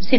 Si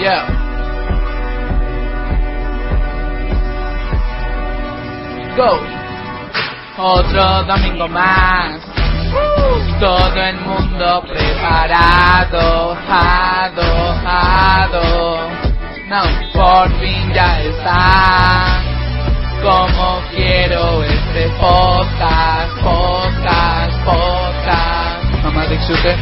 Yeah. Go. Otro domingo más. Todo el mundo preparado, jado, jado. No, por fin ya está. Como quiero este podcast, podcast, podcast. Mamá de Xuter.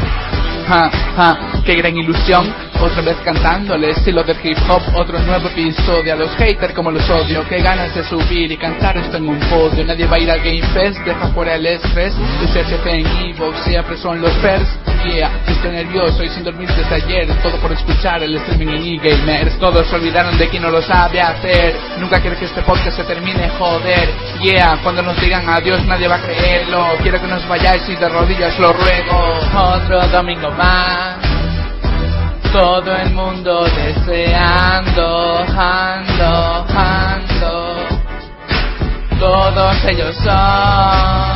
Ja, ja, qué gran ilusión. Otra vez cantando el estilo del hip hop, otro nuevo episodio a los haters como los odio. Qué ganas de subir y cantar esto en un podio. Nadie va a ir al Game Fest, deja fuera el estrés. Tu CHP en Evox, siempre son los pers. Yeah, estoy nervioso y sin dormir desde ayer. Todo por escuchar el streaming en e-gamers. Todos se olvidaron de quien no lo sabe hacer. Nunca quiero que este podcast se termine, joder. Yeah, cuando nos digan adiós nadie va a creerlo. Quiero que nos vayáis y de rodillas lo ruego. Otro domingo más todo el mundo deseando, ando, ando. Todos ellos son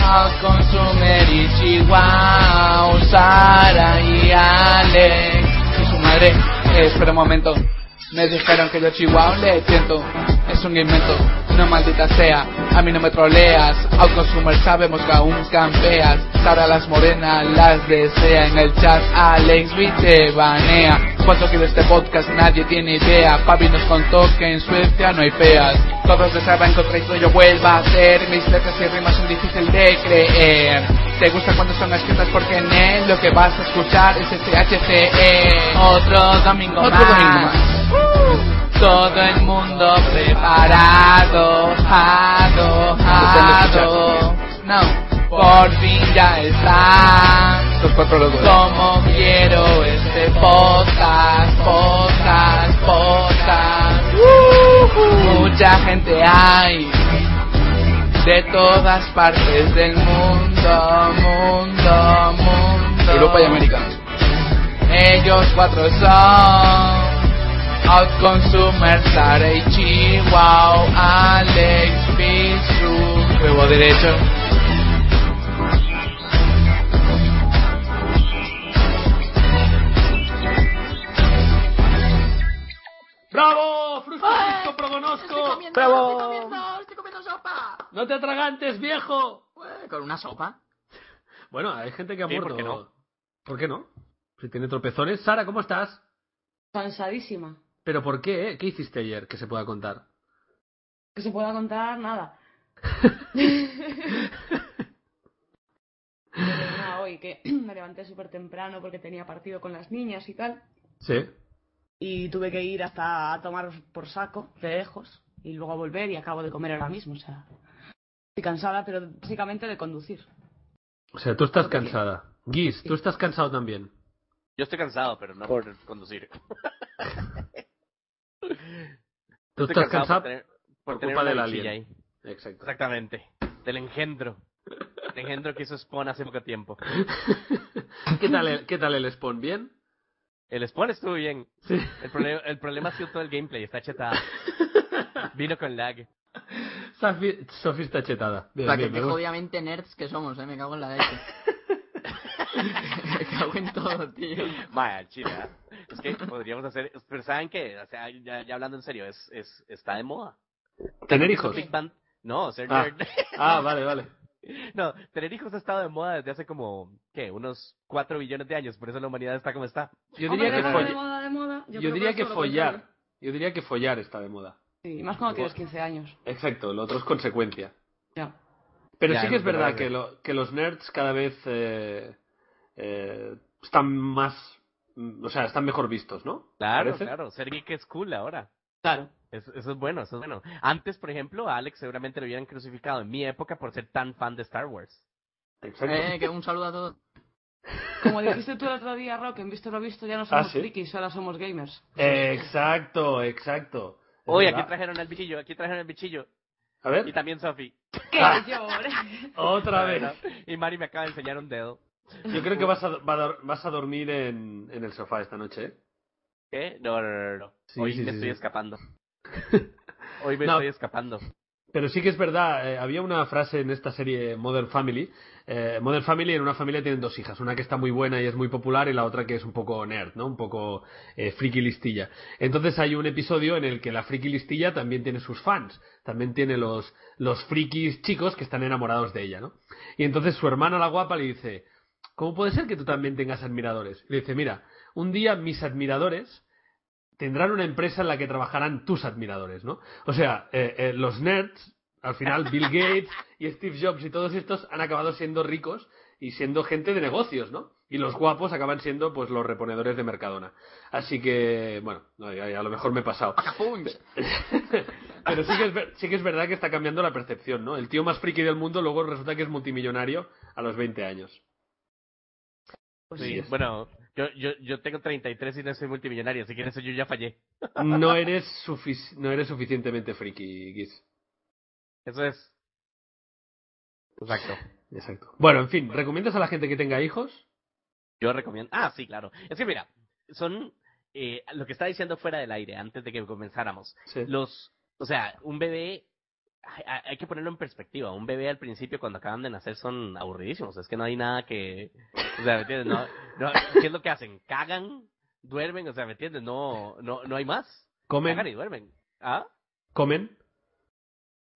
al consumer y Chihuahua, Sara y Alex. Y su madre, eh, espera un momento. Me dijeron que yo Chihuahua le siento, es un invento, no maldita sea, a mí no me troleas, al consumer sabemos que aún campeas, Sara las morenas las desea en el chat, Alex B te banea, cuánto quiero este podcast nadie tiene idea, Papi nos contó que en Suecia no hay feas, todos deseaban que otro yo vuelva a ser, mis letras y rimas son difícil de creer, te gusta cuando son escritas porque en él lo que vas a escuchar es este SHCE, E. otro domingo Otro más. domingo más. Todo el mundo preparado, jado, jado. No, por fin ya está. Los cuatro locos. Como quiero este podcast, podcast, ¡Uh! podcast. Mucha gente hay de todas partes del mundo, mundo, mundo. Europa y América. Ellos cuatro son Outconsumer, Sara y Chihuahua, Alex Pisu, huevo derecho. ¡Bravo! ¡Frustrado progonosco! ¡Bravo! ¡No te atragantes, viejo! ¿Con una sopa? Bueno, hay gente que ha Sí, muerto. ¿por qué no? ¿Por qué no? Si tiene tropezones. Sara, ¿cómo estás? Cansadísima. ¿Pero por qué? eh? ¿Qué hiciste ayer que se pueda contar? Que se pueda contar nada. Pero nada, hoy que me levanté súper temprano porque tenía partido con las niñas y tal. Sí. Y tuve que ir hasta a tomar por saco de lejos y luego a volver y acabo de comer ahora mismo. O sea, estoy cansada, pero básicamente de conducir. O sea, tú estás cansada. Guis, tú estás cansado también. Yo estoy cansado, pero no por conducir. Tú Estoy estás cansado. por tener, por por tener culpa una del bichilla alien. ahí. Exacto. Exactamente. Del engendro. Del engendro que hizo Spawn hace poco tiempo. ¿Qué tal el, qué tal el spawn? ¿Bien? El Spawn estuvo bien. Sí. El, problema el problema ha sido todo el gameplay. Está chetado. Vino con lag. Sofi Sofi está chetada. Bien, bien, me Paquete gusta. jodidamente nerds que somos, eh, me cago en la leche. me cago en todo, tío. Vaya, chida. Es que podríamos hacer. Pero ¿saben qué? O sea, ya, ya hablando en serio, es, es, está de moda. ¿Tener hijos? Big Bang- No, ser Ah. nerd. Ah, vale, vale. No, tener hijos ha estado de moda desde hace como, ¿qué? Unos 4 billones de años, por eso la humanidad está como está. Yo diría que de follar. moda, de moda. Yo, creo diría es que todo lo follar. contrario. Yo diría que follar está de moda. Sí, más cuando tienes 15 años. Exacto, lo otro es consecuencia. Ya. Pero Ya, sí que es no te verdad vale. que, lo, que los nerds cada vez eh, eh, están más. mm, O sea, están mejor vistos, ¿no? Claro, ¿Parece? claro, ser geek es cool ahora. Claro. Es- eso es bueno, eso es bueno. Antes, por ejemplo, a Alex seguramente lo hubieran crucificado en mi época por ser tan fan de Star Wars. Exacto. Eh, que un saludo a todos. Como dijiste tú el otro día, Rock, en visto lo visto ya no somos Ah, ¿sí? frikis, ahora somos gamers. Exacto, exacto. Es Uy, verdad. aquí trajeron el bichillo, aquí trajeron el bichillo. A Y ver, también Sofi. ¡Que Ah. llore! otra vez. Y Mari me acaba de enseñar un dedo. Yo creo que vas a, va a dor- vas a dormir en, en el sofá esta noche, ¿eh? ¿Qué? No, no, no, no, no. Sí, Hoy sí, me sí, estoy sí. escapando. Hoy me No. estoy escapando. Pero sí que es verdad, eh, había una frase en esta serie Modern Family. Eh, Modern Family en una familia tienen dos hijas, una que está muy buena y es muy popular y la otra que es un poco nerd, ¿no? Un poco eh, friki listilla. Entonces hay un episodio en el que la friki listilla también tiene sus fans, también tiene los, los frikis chicos que están enamorados de ella, ¿no? Y entonces su hermana la guapa le dice, ¿cómo puede ser que tú también tengas admiradores? Y le dice, mira, un día mis admiradores tendrán una empresa en la que trabajarán tus admiradores, ¿no? O sea, eh, eh, los nerds, al final Bill Gates y Steve Jobs y todos estos han acabado siendo ricos y siendo gente de negocios, ¿no? Y los guapos acaban siendo pues los reponedores de Mercadona. Así que, bueno, no, ya- ya a lo mejor me he pasado. ¡Pacapunch! Pero sí que, es ver- sí que es verdad que está cambiando la percepción, ¿no? El tío más friki del mundo luego resulta que es multimillonario a los 20 años. Pues Sí, sí. bueno, yo, yo, yo tengo 33 y no soy multimillonario, así que en eso yo ya fallé. No eres, sufic- no eres suficientemente friki, Giz. Eso es. Exacto. Exacto. Bueno, en fin, ¿recomiendas a la gente que tenga hijos? Yo recomiendo. Ah, sí, claro. Es que mira, son eh, lo que estaba diciendo fuera del aire antes de que comenzáramos. Sí. Los, o sea, un bebé hay, hay- hay que ponerlo en perspectiva. Un bebé al principio cuando acaban de nacer son aburridísimos. Es que no hay nada que, o sea, ¿me entiendes? No, no- ¿qué es lo que hacen? Cagan, duermen, o sea, ¿me entiendes? No, no, no hay más. Cagan y ¿Comen? duermen. Ah. ¿Comen?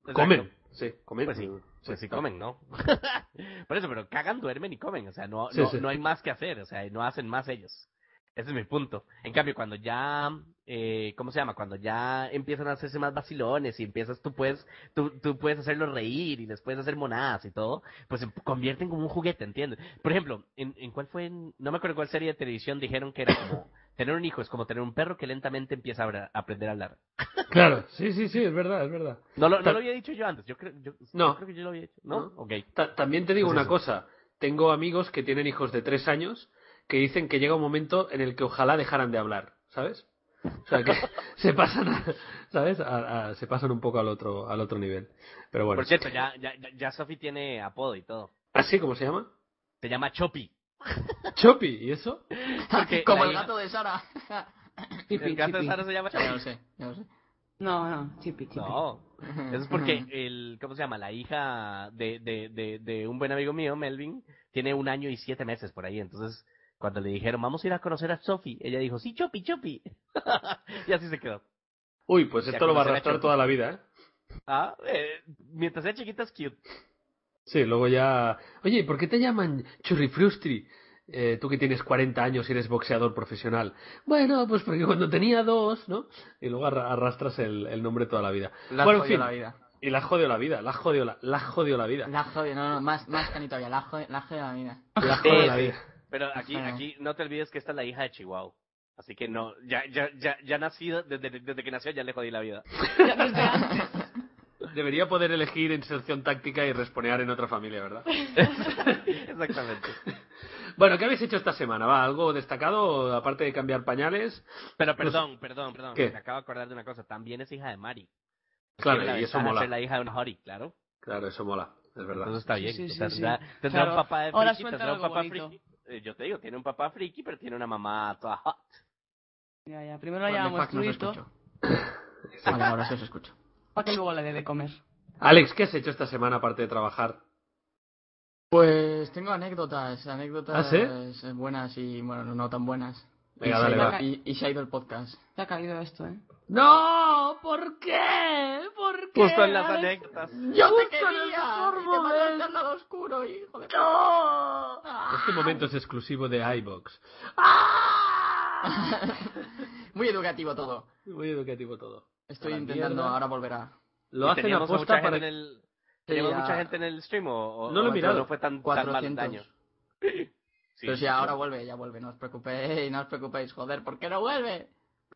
Exacto. ¿Comen? Sí, comen. Pues sí, Pues sí comen, ¿no? Por eso, pero cagan, duermen y comen. O sea, no, Sí, no, sí. no hay más que hacer. O sea, no hacen más ellos. Ese es mi punto. En cambio, cuando ya, eh, ¿cómo se llama? Cuando ya empiezan a hacerse más vacilones y empiezas, tú puedes, tú, tú puedes hacerlos reír y les puedes hacer monadas y todo, pues se convierten como un juguete, ¿entiendes? Por ejemplo, ¿en, en cuál fue? en- no me acuerdo en cuál serie de televisión dijeron que era como, tener un hijo es como tener un perro que lentamente empieza a hablar- a aprender a hablar. Claro, sí, sí, sí, es verdad, es verdad. No lo, no Ta- lo había dicho yo antes, yo creo, yo, No. yo creo que yo lo había dicho. ¿No? No. Ok. Ta- también te digo Pues una eso. cosa. Tengo amigos que tienen hijos de tres años que dicen que llega un momento en el que ojalá dejaran de hablar, ¿sabes? O sea que se pasan, a- ¿sabes? A- a- se pasan un poco al otro, al otro nivel. Pero bueno. Por cierto, ya, ya, ya- ya Sophie tiene apodo y todo. ¿Así cómo se llama? Se llama Chopi. Chopi, ¿y eso? Porque Como la el hija- gato de Sara. Chipi, El gato de chipi. Sara se llama ya lo Chopi. sé, ya lo sé. No, no, chipi, chipi. No, eso es porque el, ¿cómo se llama? La hija de, de, de, de un buen amigo mío, Melvin, tiene un año y siete meses por ahí. Entonces, cuando le dijeron, vamos a ir a conocer a Sophie, ella dijo, sí, Chopi, Chopi. y así se quedó. Uy, pues Ya esto lo va a conocerá arrastrar Chopi. toda la vida, ¿eh? Ah, eh, mientras sea chiquita es cute. Sí, luego ya. Oye, ¿y por qué te llaman Churrifrustri? Eh, tú que tienes 40 años y eres boxeador profesional. Bueno, pues porque cuando tenía dos, ¿no? Y luego arra- arrastras el, el nombre toda la vida. La bueno, bueno, en fin. la vida. Y la has jodido la vida, la has jodido la, la has jodido la vida. La has jodido, no, no, más, más cani todavía. La has jodido la, has jodido la vida. La has jodido Sí, la sí. vida. Pero aquí, Ajá. aquí no te olvides que esta es la hija de Chihuahua. Así que no, ya, ya, ya, ya nacido, desde, desde que nació ya le jodí la vida. Debería poder elegir inserción táctica y responear en otra familia, ¿verdad? Exactamente. Bueno, ¿qué habéis hecho esta semana? ¿Va? ¿Algo destacado? Aparte de cambiar pañales. Pero perdón, perdón, perdón. ¿Qué? Me acabo de acordar de una cosa. También es hija de Mari. Claro, Tiene la y eso ventaja de ser mola. la hija de un Hori, claro. Claro, eso mola. Es Entonces verdad. está Sí, bien. sí, o sí, sea, sí. Tendrá, tendrá Claro. un papá de Ahora friki, suelta tendrá un algo papá bonito. friki. Eh, Yo te digo, tiene un papá friki, pero tiene una mamá toda hot. Ya, ya. Primero la What the llamamos fuck, no os Truito escucho. Vale, ahora sí os escucho. para que luego le dé de comer. Alex, ¿qué has hecho esta semana aparte de trabajar? Pues tengo anécdotas, anécdotas ¿Ah, sí? eh, buenas y bueno, no tan buenas. Venga, y, dale, se ha ido, va. y- y se ha ido el podcast. Te ha caído esto, ¿eh? No, ¿por qué? ¿Por qué? Justo en las Alex? anécdotas. ¡Yo te quería! Y te mandó al lado oscuro, hijo de... Este momento es exclusivo de iBox. Muy educativo todo. Muy educativo todo. Estoy A la intentando mierda. ahora volver a... Lo Y hacen teníamos a aposta mucha para. gente en el... teníamos Sí, ya mucha gente en el stream o, o- No lo he o mirado. no fue tan, tan mal el 400. daño. Sí. Pero si ahora vuelve, ya vuelve, no os preocupéis, no os preocupéis, joder, ¿por qué no vuelve?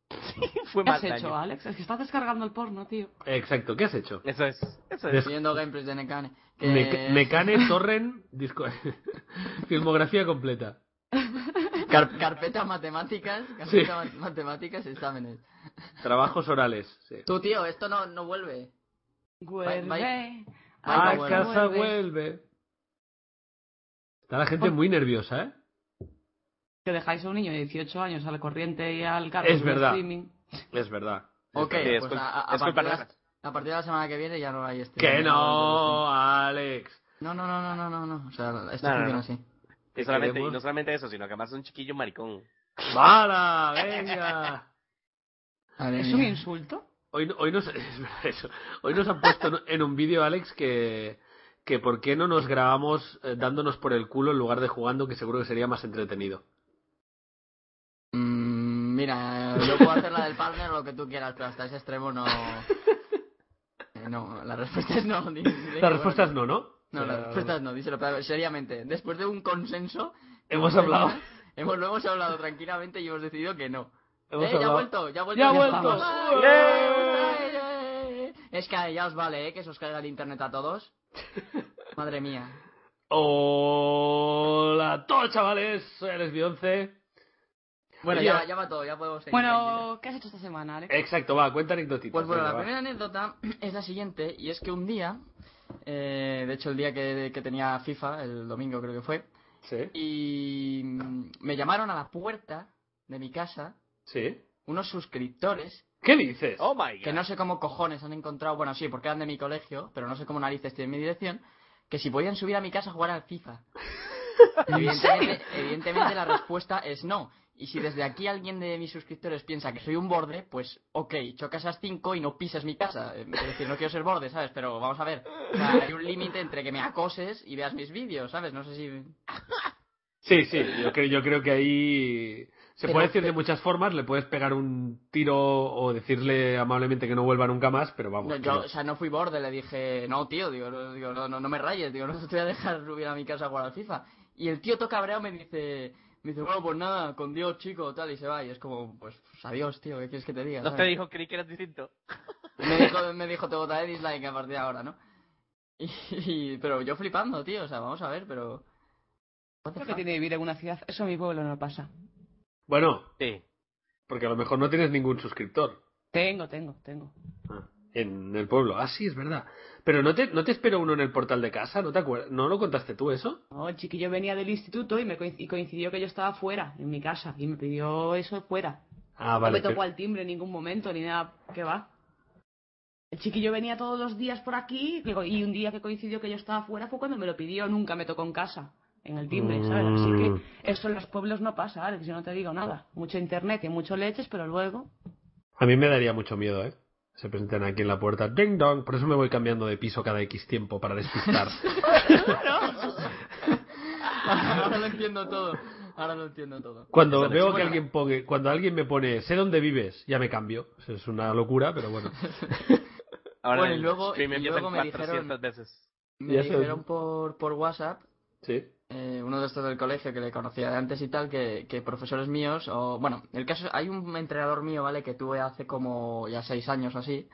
Fue ¿Qué mal has hecho, daño. Alex? Es que estás descargando el porno, tío. Exacto, ¿qué has hecho? Eso es. Eso es. Des- Viendo gameplays de Nekane. Que... Meca- Mecane, Torren, disco... filmografía completa. Car- carpeta matemáticas, carpeta ma- matemáticas, exámenes. Trabajos orales. sí. Tú, tío, esto no, no vuelve. Vuelve. Ah, A bueno. casa vuelve. Está la gente muy nerviosa, ¿eh? Que dejáis a un niño de 18 años al corriente y al cargo Es del verdad. streaming. Es verdad. Ok, Sí, es pues culpa- a, a- a es culpa partir de la, nuestra. a partir de la semana que viene ya no hay este. Que no, Alex. No, no, no, no, no, no, no. O sea, esto No, no, funciona no. así. Y, solamente, y queremos- no solamente eso, sino que además es un chiquillo maricón. ¡Vala! ¡Venga! Madre ¿Es un mía. insulto? Hoy, no- hoy, nos, es verdad eso. hoy nos han puesto en un vídeo, Alex, que, que por qué no nos grabamos eh, dándonos por el culo en lugar de jugando, que seguro que sería más entretenido. Mm, mira, yo puedo hacer la del partner lo que tú quieras, pero hasta ese extremo no. Eh, No, la respuesta es no. di- di- La respuesta es no, ¿no? Eh, No, la respuesta es no, díselo, pero seriamente. Después de un consenso. Hemos hablado. Hemos, lo hemos hablado tranquilamente y hemos decidido que no. Hemos eh, ya ha hablado. vuelto, ya ha vuelto. ¡Ya ha el vuelto! Xbox. ¡Ué! ¡Ay, ay, ay! Es que ya os vale, ¿eh? Que se os caiga el internet a todos. Madre mía. Hola a todos, chavales. Soy Alex Bionce. Bueno, Oye, ya, ya va todo, ya podemos seguir. tranquila. Bueno, ¿qué has hecho esta semana, Alex? Exacto, va, cuenta anecdotita. Pues bueno, venga, la va. primera anécdota es la siguiente, y es que un día, eh, de hecho el día que, que tenía FIFA, el domingo creo que fue, Sí, y mm, me llamaron a la puerta de mi casa sí. unos suscriptores ¿Qué dices? Oh my god. que no sé cómo cojones han encontrado, bueno, sí, porque eran de mi colegio, pero no sé cómo narices tienen mi dirección, que si podían subir a mi casa a jugar al FIFA. evidentemente, evidentemente la respuesta es no. Y si desde aquí alguien de mis suscriptores piensa que soy un borde, pues ok, chocas a 5 y no pises mi casa. Eh, Es decir, no quiero ser borde, ¿sabes? Pero vamos a ver. O sea, hay un límite entre que me acoses y veas mis vídeos, ¿sabes? No sé si... Sí, sí, yo creo, yo creo que ahí se Pero- puede decir de pero- muchas formas, le puedes pegar un tiro o decirle amablemente que no vuelva nunca más, pero vamos. No, que yo, no. o sea, no fui borde, le dije, no, tío, digo, no, digo, no, no, no me rayes, digo, no te voy a dejar subir a mi casa a jugar al FIFA. Y el tío todo cabreado me dice, me dice, bueno, pues nada, con Dios, chico, tal, y se va. Y es como, pues, pues, adiós, tío, ¿qué quieres que te diga? ¿No te sabes? dijo creí que eras distinto? Me dijo, me dijo, te botaré dislike a partir de ahora, ¿no? Y, y- pero yo flipando, tío, o sea, vamos a ver, pero... what the Creo que fuck? tiene que vivir en una ciudad. Eso en mi pueblo no pasa. Bueno, Sí. porque a lo mejor no tienes ningún suscriptor Tengo, tengo, tengo. ah, en el pueblo. Ah, sí, es verdad. Pero no te, no te espero uno en el portal de casa, ¿no te acuerdas? ¿No lo contaste tú eso? No, el chiquillo venía del instituto y me coinc- y coincidió que yo estaba fuera, en mi casa, y me pidió eso fuera. Ah, No vale. me tocó pero- al timbre en ningún momento, ni nada que va. El chiquillo venía todos los días por aquí digo, y un día que coincidió que yo estaba fuera fue cuando me lo pidió, nunca me tocó en casa, en el timbre, ¿sabes? Así Mm. que eso en los pueblos no pasa, Alex, yo no te digo nada. Mucho internet y mucho leches, pero luego... A mí me daría mucho miedo, ¿eh? Se presentan aquí en la puerta. Ding dong. Por eso me voy cambiando de piso cada X tiempo para despistar. ahora lo entiendo todo, ahora lo entiendo todo. Cuando Bueno, veo que bueno, alguien pone, cuando alguien me pone, sé dónde vives, ya me cambio. Eso Es una locura, pero bueno. Ahora Bueno, y el luego- stream y empieza luego en me dijeron- 400 veces. Me Ya sé. dijeron por, por WhatsApp Sí. eh, uno de estos del colegio que le conocía de antes y tal, que, que profesores míos, o bueno, el caso es, hay un entrenador mío, ¿vale? Que tuve hace como ya seis años o así,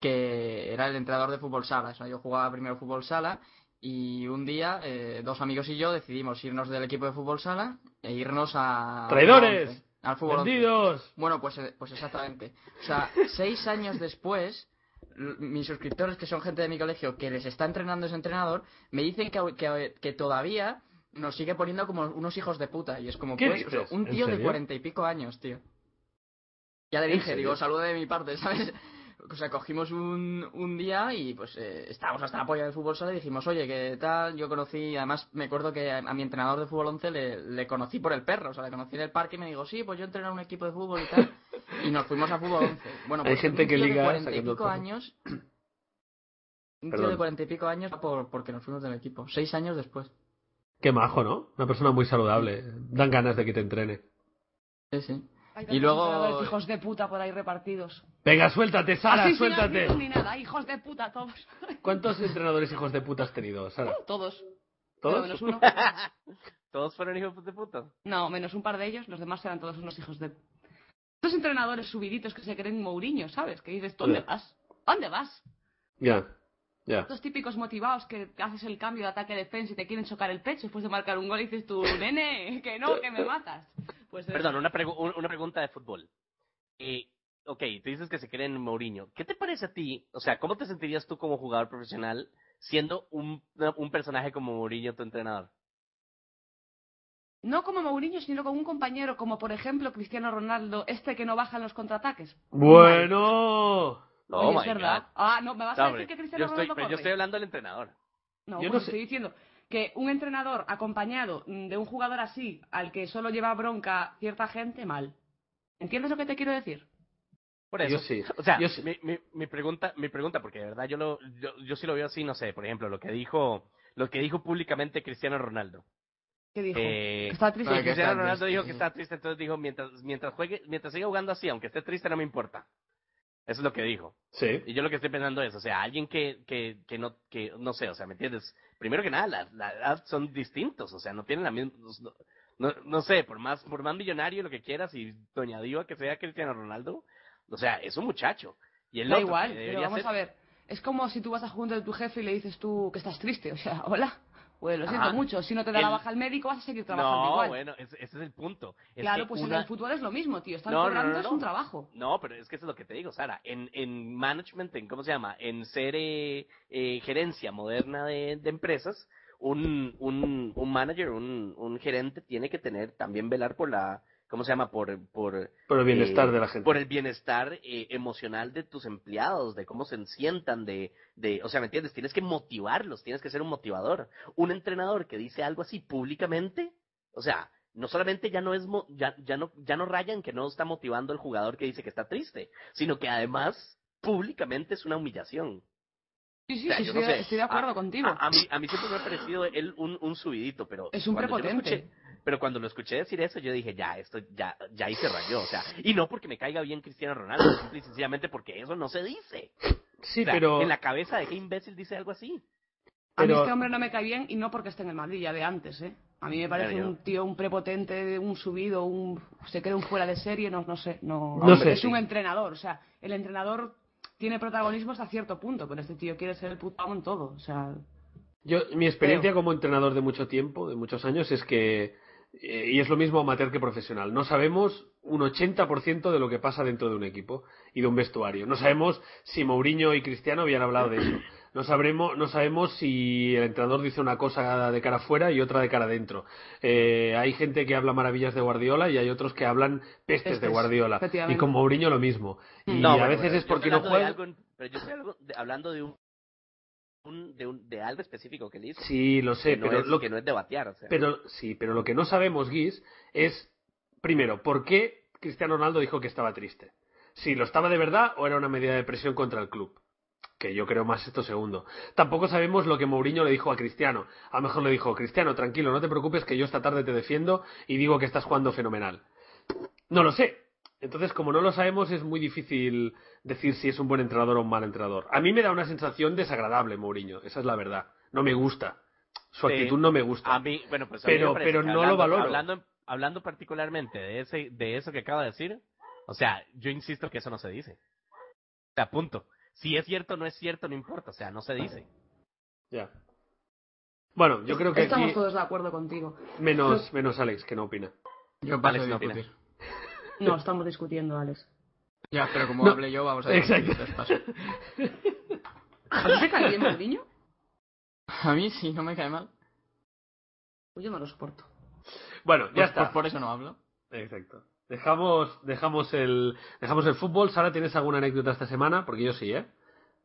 que era el entrenador de fútbol sala, o sea, yo jugaba primero fútbol sala y un día eh, dos amigos y yo decidimos irnos del equipo de fútbol sala e irnos a... ¡Traidores! a once, Al fútbol once. ¡Vendidos! Bueno, pues, eh, pues exactamente. O sea, seis años después, l- mis suscriptores, que son gente de mi colegio, que les está entrenando ese entrenador, me dicen que, au- que, eh, que todavía nos sigue poniendo como unos hijos de puta. Y es como, ¿Qué pues, o sea, dices? un ¿En tío de serio? cuarenta y pico años, tío. Ya le ¿En dije, serio? digo, saludo de mi parte, ¿sabes? O sea, cogimos pues un, un día y pues eh, estábamos hasta la polla del fútbol sala y dijimos, oye, ¿qué tal? Yo conocí, además me acuerdo que a, a mi entrenador de fútbol 11 le, le conocí por el perro, o sea, le conocí en el parque y me dijo, sí, pues yo entreno en un equipo de fútbol y tal. y nos fuimos a fútbol 11. Bueno, Hay pues gente un que tío de liga cuarenta y sacando pico todo. años... Un tío Perdón. de cuarenta y pico años va por, porque nos fuimos del equipo, seis años después. Qué majo, ¿no? Una persona muy saludable. Dan ganas de que te entrene. Sí, sí. Hay Y tantos luego- entrenadores, Hijos de puta por ahí repartidos. Venga, suéltate, Sara, Así sin suéltate. amigos ni nada, hijos de puta todos. ¿Cuántos entrenadores hijos de puta has tenido, Sara? todos. Pero ¿Todos? menos uno. Todos fueron hijos de puta. No, menos un par de ellos, los demás eran todos unos hijos de... Esto estos entrenadores subiditos que se creen Mourinho, ¿sabes? Que dices, ¿tú dónde Ya. vas? ¿Dónde vas? Ya, ya. Estos típicos motivados que haces el cambio de ataque-defensa y te quieren chocar el pecho después de marcar un gol y dices tú, nene, que no, que me matas. Pues eh, Perdón, una, pregu- un- una pregunta de fútbol. Eh, ok, tú dices que se creen en Mourinho. ¿Qué te parece a ti? O sea, ¿cómo te sentirías tú como jugador profesional siendo un, una- un personaje como Mourinho, tu entrenador? No como Mourinho, sino con un compañero como, por ejemplo, Cristiano Ronaldo, este que no baja en los contraataques. Bueno. Oh Oye, my es verdad. God. Ah, no, me vas No, a hombre, decir que Cristiano yo, estoy, Ronaldo pero corre. yo estoy hablando del entrenador. No, Yo no pues te sé. estoy diciendo que un entrenador acompañado mm, de un jugador así, al que solo lleva bronca cierta gente, mal. ¿Entiendes lo que te quiero decir? Por eso. Yo sí. O sea, Yo sí. Mi, mi- mi pregunta, mi pregunta, porque de verdad yo lo, yo, yo sí lo veo así, no sé, por ejemplo, lo que dijo, lo que dijo públicamente Cristiano Ronaldo. ¿Qué dijo? Eh, Que estaba triste. Sí, Para que Cristiano está Ronaldo triste, dijo sí. que está triste, entonces dijo, mientras, mientras juegue, mientras siga jugando así, aunque esté triste, no me importa. Eso es lo que dijo. Sí. Y yo lo que estoy pensando es, o sea, alguien que, que, que no, que, no sé, o sea, ¿me entiendes? Primero que nada, la, la edad son distintos, o sea, no tienen la misma, no, no, no sé, por más, por más millonario lo que quieras y doña diva que sea Cristiano Ronaldo, o sea, es un muchacho. Y el da otro, que igual, pero debería vamos ser- a ver. Es como si tú vas a junta de tu jefe y le dices tú que estás triste. O sea, hola. Pues lo siento Ajá. mucho. Si no te da la Ah, El- baja el médico, vas a seguir trabajando No, igual. bueno, ese, ese es el punto. Es claro, que pues una- en el fútbol es lo mismo, tío. Están No, no, cobrando, no, es no. un trabajo. No, pero es que eso es lo que te digo, Sara. En, en management, en cómo se llama, en ser eh, eh, gerencia moderna de, de empresas, un, un, un manager, un, un gerente tiene que tener también velar por la, ¿cómo se llama? Por, por Por el bienestar eh, de la gente. Por el bienestar eh, emocional de tus empleados, de cómo se sientan, de, de, o sea, ¿me entiendes? Tienes que motivarlos, tienes que ser un motivador. Un entrenador que dice algo así públicamente, o sea, no solamente ya no es, mo- ya, ya no, ya no rayan que no está motivando al jugador que dice que está triste, sino que además públicamente es una humillación. Sí, sí, O sea, sí, yo estoy, no sé. Ah, estoy de acuerdo A- contigo. A, a mí, a mí siempre me ha parecido él un, un subidito, pero... Es un cuando yo lo prepotente. escuché- pero cuando lo escuché decir eso, yo dije, ya, esto, ya, ya ahí se rayó, o sea, y no porque me caiga bien Cristiano Ronaldo, simple y sencillamente porque eso no se dice. Sí, O sea, pero. En la cabeza de qué imbécil dice algo así. A mí Pero- este hombre no me cae bien y no porque esté en el Madrid ya de antes, ¿eh? A mí me parece Claro, yo- un tío, un prepotente, un subido, un se cree un fuera de serie, no, no sé, no, No sé, es sí. un entrenador, o sea, el entrenador tiene protagonismo hasta cierto punto, pero este tío quiere ser el puto amo en todo, o sea, Yo, mi experiencia como entrenador de mucho tiempo, de muchos años, es que, eh, y es lo mismo amateur que profesional, no sabemos un 80% de lo que pasa dentro de un equipo y de un vestuario. No sabemos si Mourinho y Cristiano habían hablado de eso. No, sabremos, no sabemos si el entrenador dice una cosa de cara afuera y otra de cara adentro. Eh, hay gente que habla maravillas de Guardiola y hay otros que hablan pestes de Pestes, Guardiola. Y efectivamente. con Mourinho lo mismo. Y No, a bueno, veces pero es yo porque estoy no hablando de juega. algo en- pero yo estoy algo de- hablando de un, un- de un- de algo específico que él hizo. Sí, lo sé, que, no pero es, lo que no es de batear, o sea. Pero sí, pero lo que no sabemos, Guis, es primero, ¿por qué Cristiano Ronaldo dijo que estaba triste? Si lo estaba de verdad o era una medida de presión contra el club. Que yo creo más esto segundo. Tampoco sabemos lo que Mourinho le dijo a Cristiano. A lo mejor le dijo, Cristiano, tranquilo, no te preocupes que yo esta tarde te defiendo y digo que estás jugando fenomenal. No lo sé. Entonces, como no lo sabemos, es muy difícil decir si es un buen entrenador o un mal entrenador. A mí me da una sensación desagradable, Mourinho. Esa es la verdad. No me gusta. Su Sí. actitud no me gusta. A mí, bueno, pues a mí Pero- me parece pero que no lo valoro. Hablando, hablando particularmente de ese, de eso que acaba de decir, o sea, yo insisto que eso no se dice. O sea, punto. Si es cierto o no es cierto, no importa, o sea, no se dice. Ya. Bueno, yo creo que estamos aquí todos de acuerdo contigo. menos, menos Alex, que no opina. Yo paso Alex, de ¿qué opinas? discutir. No, estamos discutiendo, Alex. Ya, pero como No. hablé yo, vamos a Exacto. discutir. entonces paso. ¿A ti te cae bien Mourinho? A mí sí, no me cae mal. Pues yo no lo soporto. Bueno, ya Pues- está. pues por eso no hablo. Exacto. Dejamos, dejamos el, dejamos el fútbol. Sara, ¿tienes alguna anécdota esta semana? Porque yo sí, ¿eh?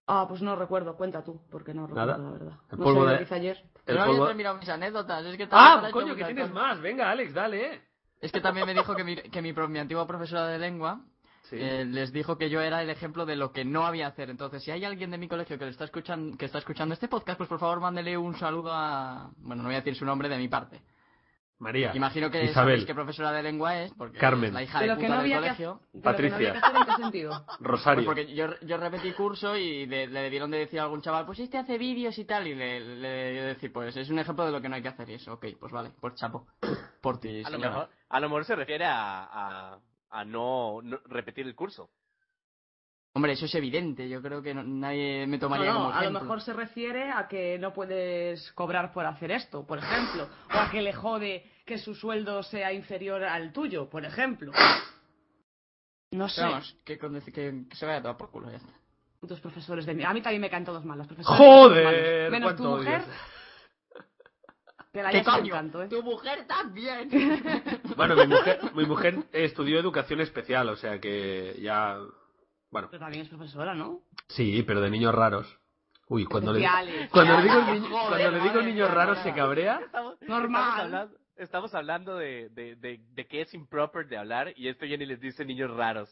Ah, pues no recuerdo, cuenta tú, porque no recuerdo Nada. la verdad. El No polvo sé, de- lo que hice ayer. El Pero no había fútbol- terminado mis anécdotas. Es que también Ah, para coño, esto que muchas tienes cosas. más. Venga, Alex, dale, ¿eh? Es que también me dijo que mi, que mi, prof- mi antigua profesora de lengua Sí. eh, les dijo que yo era el ejemplo de lo que no había hacer. Entonces, si hay alguien de mi colegio que, le está escuchando, que está escuchando este podcast, pues por favor mándele un saludo a... Bueno, no voy a decir su nombre de mi parte. María. Imagino que Isabel. sabéis qué profesora de lengua es, porque Carmen. es la hija de Pero que puta no del había que colegio. hacer- pero que no había que hacer en qué sentido. Rosario. Pues porque yo, yo repetí curso y le, le debieron de decir a algún chaval, pues este hace vídeos y tal, y le, le debí de decir, pues es un ejemplo de lo que no hay que hacer, y eso, ok, pues vale, pues chapo, por ti, A lo señora. mejor, a lo mejor se refiere a, a, a no, no repetir el curso. Hombre, eso es evidente. Yo creo que no- nadie me tomaría No, no, como a lo ejemplo. mejor se refiere a que no puedes cobrar por hacer esto, por ejemplo, o a que le jode que su sueldo sea inferior al tuyo, por ejemplo. No sé. Pero vamos, que, con- que- que se vaya a tomar por culo, ya está. Tus profesores de mí. A mí también me caen todos mal, los profesores. me caen todos ¡Joder! malos. Menos tu cuánto mujer, odias. que la ¿Qué llevas coño? tanto, ¿eh? ¡Tu mujer también! Bueno, mi mujer, mi mujer estudió educación especial, o sea que ya. Bueno, Pero también es profesora, ¿no? sí, pero de niños raros. Uy, cuando le, Especiales. cuando le digo, niño- Joder, cuando le digo madre niños mía, raros madre. se cabrea. Estamos, Normal. Estamos hablando, estamos hablando de, de, de, de que es improper de hablar y esto viene y les dice niños raros.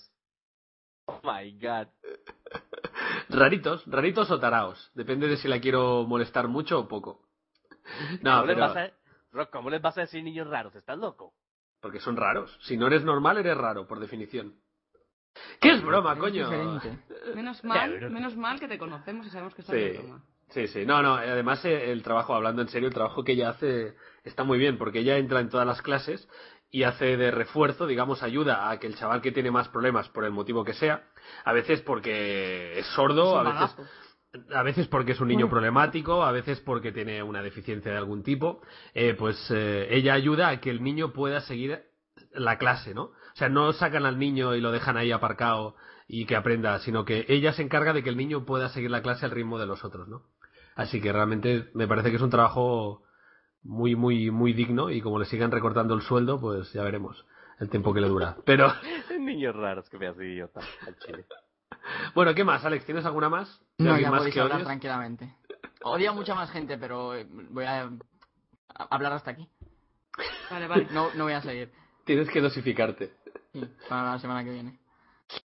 Oh my god. Raritos, raritos o taraos. Depende de si la quiero molestar mucho o poco. No, ¿Cómo, les vas pero. a, Rock, ¿Cómo les vas a decir niños raros? ¿Estás loco? Porque son raros. Si no eres normal, eres raro, por definición. ¿Qué es broma, coño? Diferente. Menos Ya, pero- mal, menos mal que te conocemos y sabemos que estás Sí. de broma. Sí, sí. No, no. eh, Además, eh, el trabajo, hablando en serio, el trabajo que ella hace está muy bien, porque ella entra en todas las clases y hace de refuerzo, digamos, ayuda a que el chaval que tiene más problemas, por el motivo que sea, a veces porque es sordo, Es a un veces bagazo. a veces porque es un niño problemático, a veces porque tiene una deficiencia de algún tipo, eh, pues eh, ella ayuda a que el niño pueda seguir la clase, ¿no? O sea, no sacan al niño y lo dejan ahí aparcado y que aprenda, sino que ella se encarga de que el niño pueda seguir la clase al ritmo de los otros, ¿no? Así que realmente me parece que es un trabajo muy, muy, muy digno y como le sigan recortando el sueldo, pues ya veremos el tiempo que le dura. Pero, Niños raros, que me hace idiota. al chile. bueno, ¿qué más, Alex? ¿Tienes alguna más? ¿De No, alguien ya más podéis que hablar odies? tranquilamente. Odio a mucha más gente, pero eh, voy a, a- hablar hasta aquí. Vale, vale. No, no voy a seguir. Tienes que dosificarte. Sí, para la semana que viene.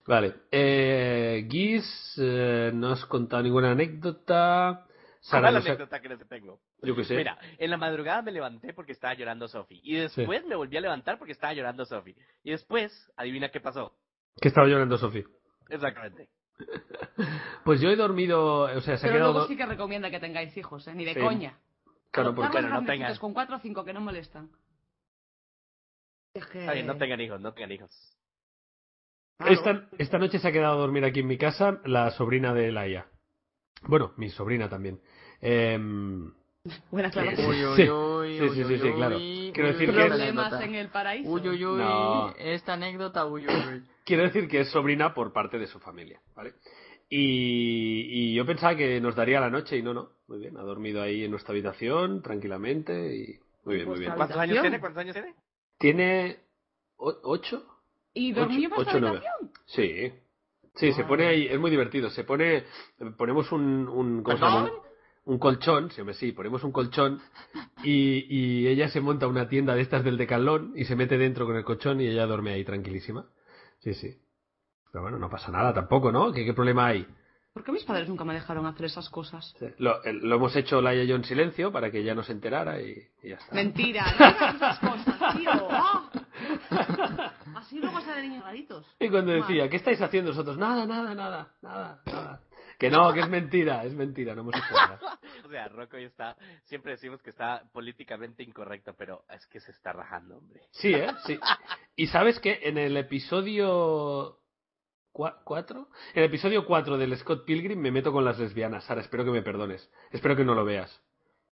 Vale. Eh, Guis eh, no has contado ninguna anécdota. ¿Cuál Sara, es la nos ha- anécdota que les tengo? yo qué sé. Mira, en la madrugada me levanté porque estaba llorando Sofi. Y después me volví a levantar porque estaba llorando Sofi. Y después, adivina qué pasó. Que estaba llorando Sofía. Exactamente. Pues yo he dormido, o sea, se ha Pero quedado. luego do- sí que recomienda que tengáis hijos, ¿eh? Ni de Sí. coña. Claro, Adoptar porque Bueno, los no grandes tengan. chicos con cuatro o cinco que no molestan. Es que... Está bien, Eh. no tengan hijos, no tengan hijos. Claro. esta, esta noche se ha quedado a dormir aquí en mi casa la sobrina de Laia. Bueno, mi sobrina también. Em, Buena aclaración. Uy, uy, Sí. uy, Sí, uy, sí, uy, sí, sí, claro. uy, Quiero uy, decir uy, que- esta Problemas anécdota. en el paraíso. Uy, uy, uy, No. esta anécdota, uy, uy, uy. Quiero decir que es sobrina por parte de su familia, ¿vale? Y, y yo pensaba que nos daría la noche y no, no. Muy bien, ha dormido ahí en nuestra habitación tranquilamente y muy bien, muy bien. Pues, ¿Cuántos años Habitación. tiene? ¿Cuántos años tiene? ¿Tiene o- ocho, ¿Y dormí Ocho- por ocho, esta nueve. habitación? Sí. Sí, se pone ahí, es muy divertido. Se pone, ponemos un, un, ¿cómo se llama? ¿Perdón? Un colchón, sí, hombre, sí, ponemos un colchón y, y ella se monta una tienda de estas del decalón y se mete dentro con el colchón y ella duerme ahí tranquilísima. Sí, sí. Pero bueno, no pasa nada tampoco, ¿no? ¿Qué, qué problema hay? ¿Por qué mis padres nunca me dejaron hacer esas cosas? Lo, el- lo hemos hecho Laia y yo en silencio para que ella no se enterara y, y ya está. Mentira, no hagas esas cosas, tío. ¡Ah! Así luego salen niños raritos. Y cuando decía, ¿qué estáis haciendo vosotros? Nada, nada, nada, nada, nada. Que no, que es mentira, es mentira, no hemos hecho nada. O sea, Rocco hoy está, siempre decimos que está políticamente incorrecto, pero es que se está rajando, hombre. Sí, ¿eh? Sí. Y sabes que en el episodio 4, en el episodio 4 del Scott Pilgrim me meto con las lesbianas, Sara, espero que me perdones. Espero que no lo veas.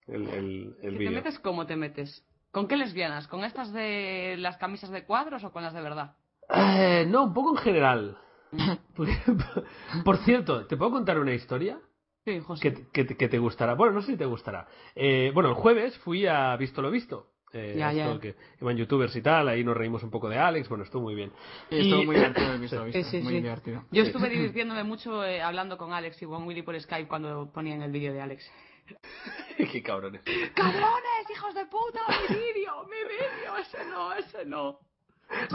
El, el, el Si te vídeo. metes, ¿cómo te metes? ¿Con qué lesbianas? ¿Con estas de las camisas de cuadros o con las de verdad? Eh, no, un poco en general. Por cierto, ¿te puedo contar una historia? Sí, José. que, que- que te gustará. Bueno, no sé si te gustará. Eh, bueno, el jueves fui a Visto lo Visto. Eh, Ya, ya. esto Que iban youtubers y tal, ahí nos reímos un poco de Alex, bueno, estuvo muy bien. Sí, Y- estuvo muy divertido el visto, Sí, sí, muy sí. divertido. Yo estuve divirtiéndome mucho eh, hablando con Alex y con Willy por Skype cuando ponían el vídeo de Alex. Qué cabrones. ¡Cabrones, hijos de puta! ¡Mi vídeo! ¡Mi vídeo! ¡Ese no, ese no!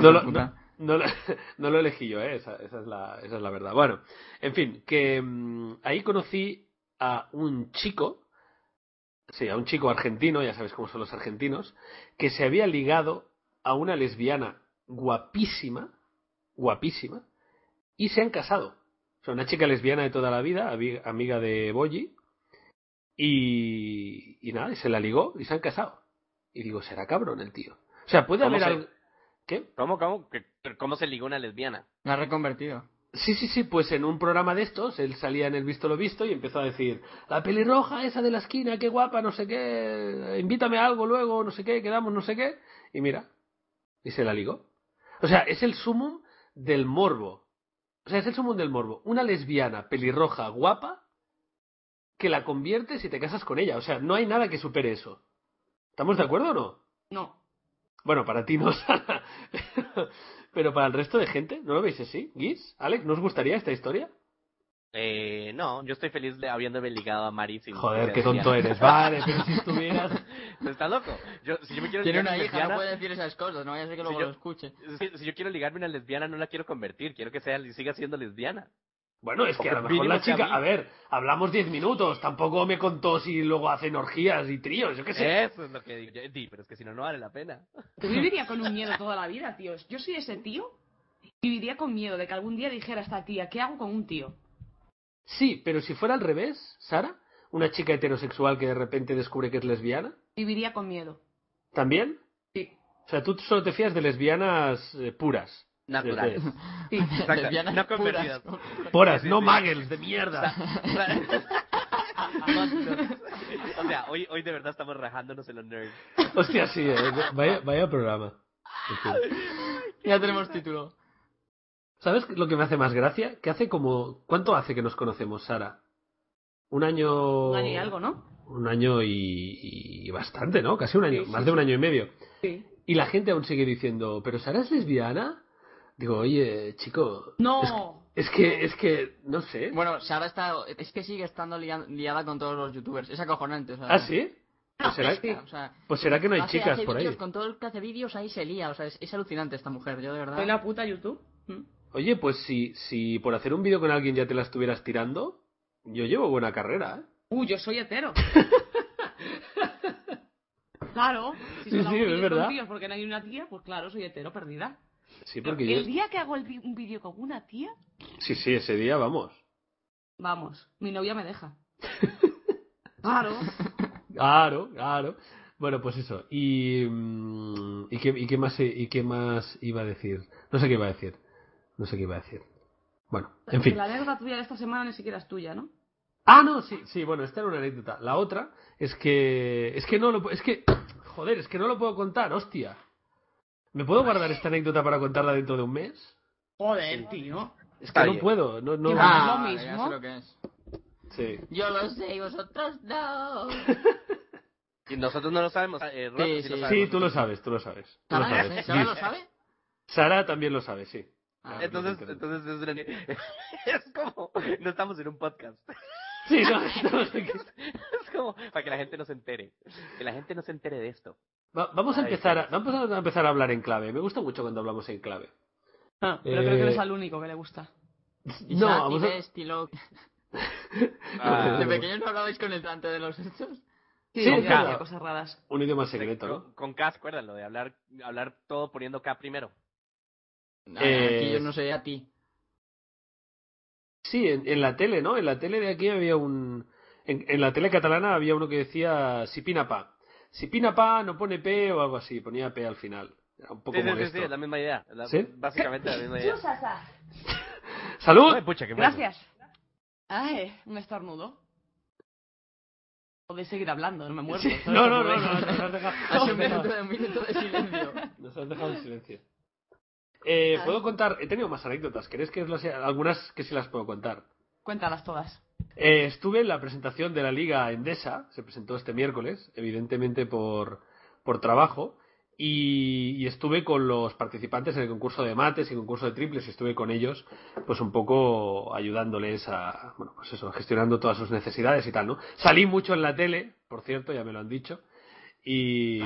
No lo, no, no lo- no lo elegí yo, ¿eh? esa, esa es la, esa es la verdad. Bueno, en fin, que mm, ahí conocí a un chico, sí, a un chico argentino, ya sabes cómo son los argentinos, que se había ligado a una lesbiana guapísima, guapísima, y se han casado. O sea, una chica lesbiana de toda la vida, abi- amiga de Boyi, y, y nada, y se la ligó y se han casado. Y digo, será cabrón el tío. O sea, puede ¿Cómo haber se- algo... ¿Qué? ¿Cómo, cómo? ¿Qué- pero ¿Cómo se liga una lesbiana? La ha reconvertido. Sí, sí, sí, pues en un programa de estos, él salía en el visto lo visto y empezó a decir, la pelirroja esa de la esquina, qué guapa, no sé qué, invítame a algo luego, no sé qué, quedamos, no sé qué, y mira, y se la ligó. O sea, es el sumum del morbo. O sea, es el sumum del morbo. Una lesbiana pelirroja guapa que la convierte si te casas con ella. O sea, no hay nada que supere eso. ¿Estamos de acuerdo o no? No. Bueno, para ti no, Sara. Pero, pero para el resto de gente, ¿no lo veis así? ¿Guis? ¿Alex? ¿No os gustaría esta historia? Eh, no, yo estoy feliz de habiéndome ligado a Mari sin Joder, ser qué lesbiana. tonto eres. Vale, pero si estuvieras... Pero está loco. Yo, si yo me quiero Tiene ligar una a una hija, no lesbiana, puede decir esas cosas, no vaya a ser que Sí, luego yo- lo escuche. si, si yo quiero ligarme a una lesbiana, no la quiero convertir. Quiero que sea y siga siendo lesbiana. Bueno, es que a lo mejor Mínimo la que a chica... mí. A ver, hablamos 10 minutos. Tampoco me contó si luego hacen orgías y tríos, yo qué sé. Eso es lo que digo. Yo- di, pero es que si no, no vale la pena. Pues Yo viviría con un miedo toda la vida, tíos. Yo soy ese tío y viviría con miedo de que algún día dijera a esta tía, ¿qué hago con un tío? Sí, pero si fuera al revés, Sara, una chica heterosexual que de repente descubre que es lesbiana, Viviría con miedo. ¿también? Sí. O sea, tú solo te fías de lesbianas eh, puras. Naturales. Desde- Sí. Exacto, Lesbianas no puras. convertidas. Puras, Sí, sí, no sí. muggles de mierda. o sea, hoy, hoy de verdad estamos rajándonos en los nerds. Hostia, sí, eh. vaya, vaya programa. En fin. Ya tenemos título. ¿Sabes lo que me hace más gracia? Que hace como... ¿Cuánto hace que nos conocemos, Sara? Un año... Un año y algo, ¿no? Un año y, y bastante, ¿no? Casi un año, Sí, sí, más de un año y medio. Sí. Y la gente aún sigue diciendo, ¿pero Sara es lesbiana? Digo, oye, chico... No. Es que, es que, no sé. Bueno, Sara está. Es que sigue estando lian- liada con todos los youtubers. Es acojonante, o sea. ¿Ah, sí? Pues será, Sí, o sea, pues será que no hay hace- chicas hace por vídeos ahí. Con todo el que hace vídeos ahí se lía, o sea, es, es alucinante esta mujer, yo de verdad. Soy la puta YouTube. Mm. Oye, pues si, si por hacer un vídeo con alguien ya te la estuvieras tirando, yo llevo buena carrera, ¿eh? Uh, yo soy hetero. claro. Sí, Si solo hago sí, es vídeos con verdad. tíos porque no hay una tía, pues claro, soy hetero perdida. Sí, Pero porque yo... El día que hago el vi- un vídeo con una tía, Sí, sí, ese día, vamos. vamos, mi novia me deja. Claro. Claro, claro. Bueno, pues eso. Y, mm, ¿y, qué, y qué más, ¿Y qué más iba a decir? No sé qué iba a decir. No sé qué iba a decir. Bueno, en fin. La anécdota tuya de esta semana ni siquiera es tuya, ¿no? Ah, no, sí, sí, bueno, esta era una anécdota. La otra es que. Es que no lo. pu- Es que. Joder, es que no lo puedo contar, hostia. ¿Me puedo guardar esta anécdota para contarla dentro de un mes? Joder, tío. Es que Está no bien. puedo, no. no Ah. Ah, lo ya mismo. sé lo que es. sí. Yo lo sé y vosotros no. Y nosotros no lo sabemos. eh, Rocco Sí, sí lo sí. sabe. Sí, tú lo sabes, tú lo sabes. Tú lo ¿Sara, ¿eh? lo sé, sabes. ¿Sara lo Sí. sabe? Sara también lo sabe, sí. Ah, Entonces, entonces es, una- es como, no estamos en un podcast. Sí, no, no sé qué- Es como para que la gente no se entere. Que la gente no se entere de esto. Va- vamos a Ahí empezar a, vamos a empezar a hablar en clave. Me gusta mucho cuando hablamos en clave. Ah, pero creo Eh, que eres al único que le gusta. y Sara vamos tiene a- estilo- Ah. ¿De pequeños no hablabais con el tanto de los hechos? sí, ya es verdad. hacía cosas raras. Un idioma secreto, ¿no? Con, con K, acuérdalo, de hablar, hablar todo poniendo K primero. Ah, Eh, Aquí yo no sé a ti. Sí, en, en la tele, ¿no? En la tele de aquí había un. En, en la tele catalana había uno que decía si pina pa. Si pina pa no pone P o algo así, ponía P al final. Era un poco Sí, sí, sí, molesto. sí, es la misma idea. es la- ¿Sí? Básicamente la misma idea. ¡Salud! Ay, pucha, qué bueno. Gracias. Ay, un estornudo. Podéis seguir hablando, no me muerto. Sí, No, no, no, no, nos has dejado- Hace un minuto de, un minuto de silencio. Nos has dejado en silencio. Eh, puedo contar, he tenido más anécdotas. ¿Queréis que os las... algunas que sí las puedo contar? Cuéntalas todas. Eh, estuve en la presentación de la Liga Endesa, se presentó este miércoles, evidentemente por, por trabajo, y, y estuve con los participantes en el concurso de mates y concurso de triples, y estuve con ellos, pues un poco ayudándoles a, bueno, pues eso, gestionando todas sus necesidades y tal, ¿no? Salí mucho en la tele, por cierto, ya me lo han dicho, y,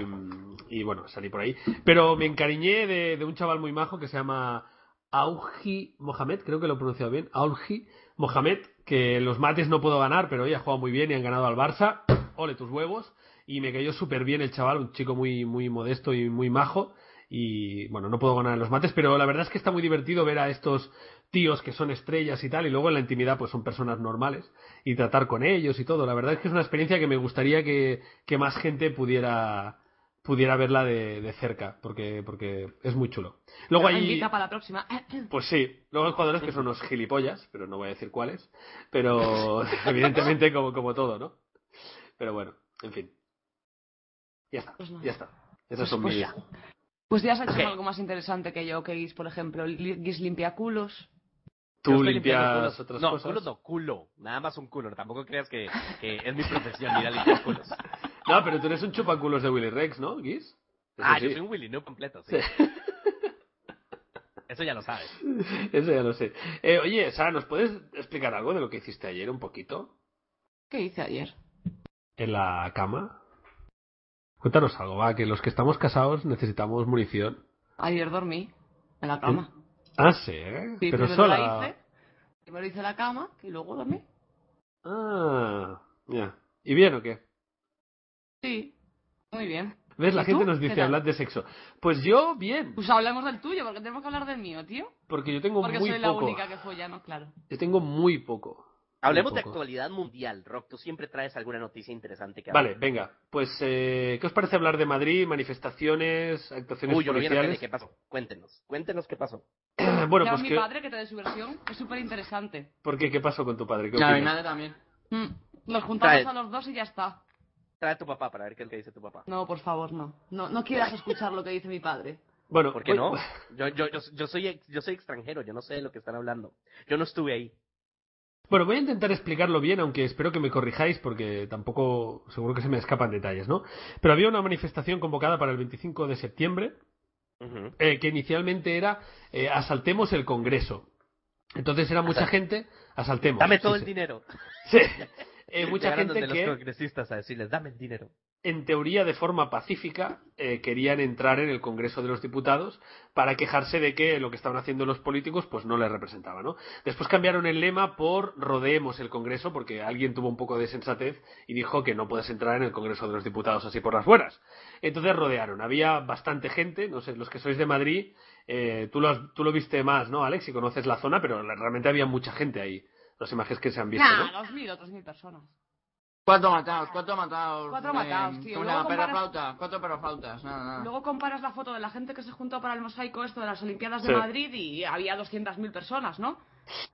y bueno, salí por ahí. Pero me encariñé de, de un chaval muy majo que se llama Auji Mohamed, creo que lo he pronunciado bien, Auji Mohamed, que en los mates no puedo ganar, pero ella ha jugado muy bien y han ganado al Barça, ole tus huevos, y me cayó súper bien el chaval, un chico muy, muy modesto y muy majo, y bueno, no puedo ganar en los mates, pero la verdad es que está muy divertido ver a estos tíos que son estrellas y tal, y luego en la intimidad pues son personas normales, y tratar con ellos y todo, la verdad es que es una experiencia que me gustaría que, que más gente pudiera pudiera verla de, de cerca, porque, porque es muy chulo. Luego Me hay... invita para la próxima. Pues sí, luego hay jugadores que son unos gilipollas, pero no voy a decir cuáles, pero evidentemente como, como todo, ¿no? Pero bueno, en fin. Ya está, Pues nada. ya está. Esas son Pues mis... ya. Pues ya has hecho Ok. algo más interesante que yo, que Guis, por ejemplo. Li- Guis limpia culos. Yo Tú estoy limpiando limpias culos. otras no, cosas. culo no, culo. Nada más un culo. Tampoco creas que, que es mi profesión ir a limpiar culos. No, pero tú eres un chupaculos de Willy Rex, ¿no, Guis? Eso Ah, sí. yo soy un Willy New completo, sí. Eso ya lo sabes. Eso ya lo sé. Eh, oye, Sara, ¿nos puedes explicar algo de lo que hiciste ayer un poquito? ¿Qué hice ayer? ¿En la cama? Cuéntanos algo, va, que los que estamos casados necesitamos munición. Ayer dormí en la cama. Ah, sí, ¿eh? Sí, Pero primero sola. la hice. Primero hice la cama y luego dormí. Ah, ya. ¿Y bien o qué? Sí. Muy bien. ¿Ves? La ¿Y gente tú? nos ¿Qué dice tal? hablad de sexo. Pues yo, bien. Pues hablemos del tuyo, porque tenemos que hablar del mío, tío. Porque yo tengo Porque Pues muy soy la poco. única que follamos, claro. Yo tengo muy poco. Hablemos de poco. actualidad mundial, Rock. Tú siempre traes alguna noticia interesante que Vale, venga. Pues, eh, ¿qué os parece hablar de Madrid? Manifestaciones, hablar. actuaciones Uy, yo no vi la tele. policiales. ¿Qué pasó? Cuéntenos. Cuéntenos qué pasó. bueno, Ya pues, mi ¿qué, padre que te dé su versión, es súper interesante. ¿por qué? ¿Qué pasó con tu padre? ¿Qué No, mi opinas? madre también. Mm. Nos juntamos Trae. a los dos y ya está. Trae a tu papá para ver qué es lo que dice tu papá. No, por favor, no. No, no quieras escuchar lo que dice mi padre. Bueno, ¿Por qué voy- no? Yo, yo, yo, yo soy, ex- yo soy extranjero, yo no sé de lo que están hablando. Yo no estuve ahí. Bueno, voy a intentar explicarlo bien, aunque espero que me corrijáis porque tampoco seguro que se me escapan detalles, ¿no? Pero había una manifestación convocada para el 25 de septiembre Ujú. eh, que inicialmente era eh, asaltemos el Congreso. Entonces era mucha Asal- gente, asaltemos. Dame sí, todo el sí. dinero. Sí. Eh, mucha Llegaron gente donde que los congresistas a decirles, dame el dinero. en teoría de forma pacífica, eh, querían entrar en el Congreso de los Diputados para quejarse de que lo que estaban haciendo los políticos pues no les representaba, ¿no? Después cambiaron el lema por rodeemos el Congreso porque alguien tuvo un poco de sensatez y dijo que no puedes entrar en el Congreso de los Diputados así por las buenas. Entonces rodearon, había bastante gente, no sé, los que sois de Madrid, eh, tú, lo has- tú lo viste más, ¿no, Alex? Y conoces la zona, pero la- realmente había mucha gente ahí. Las imágenes que se han visto, ¿no? Nah, dos mil o tres mil personas. Cuatro matados, cuatro matados. Cuatro matados, tío. ¿Cómo se Luego llama? Perra comparas- flauta, cuatro perro flautas. Nada, Ah. nada. Luego comparas la foto de la gente que se juntó para el mosaico esto de las Olimpiadas Sí. de Madrid y había 200.000 personas, ¿no?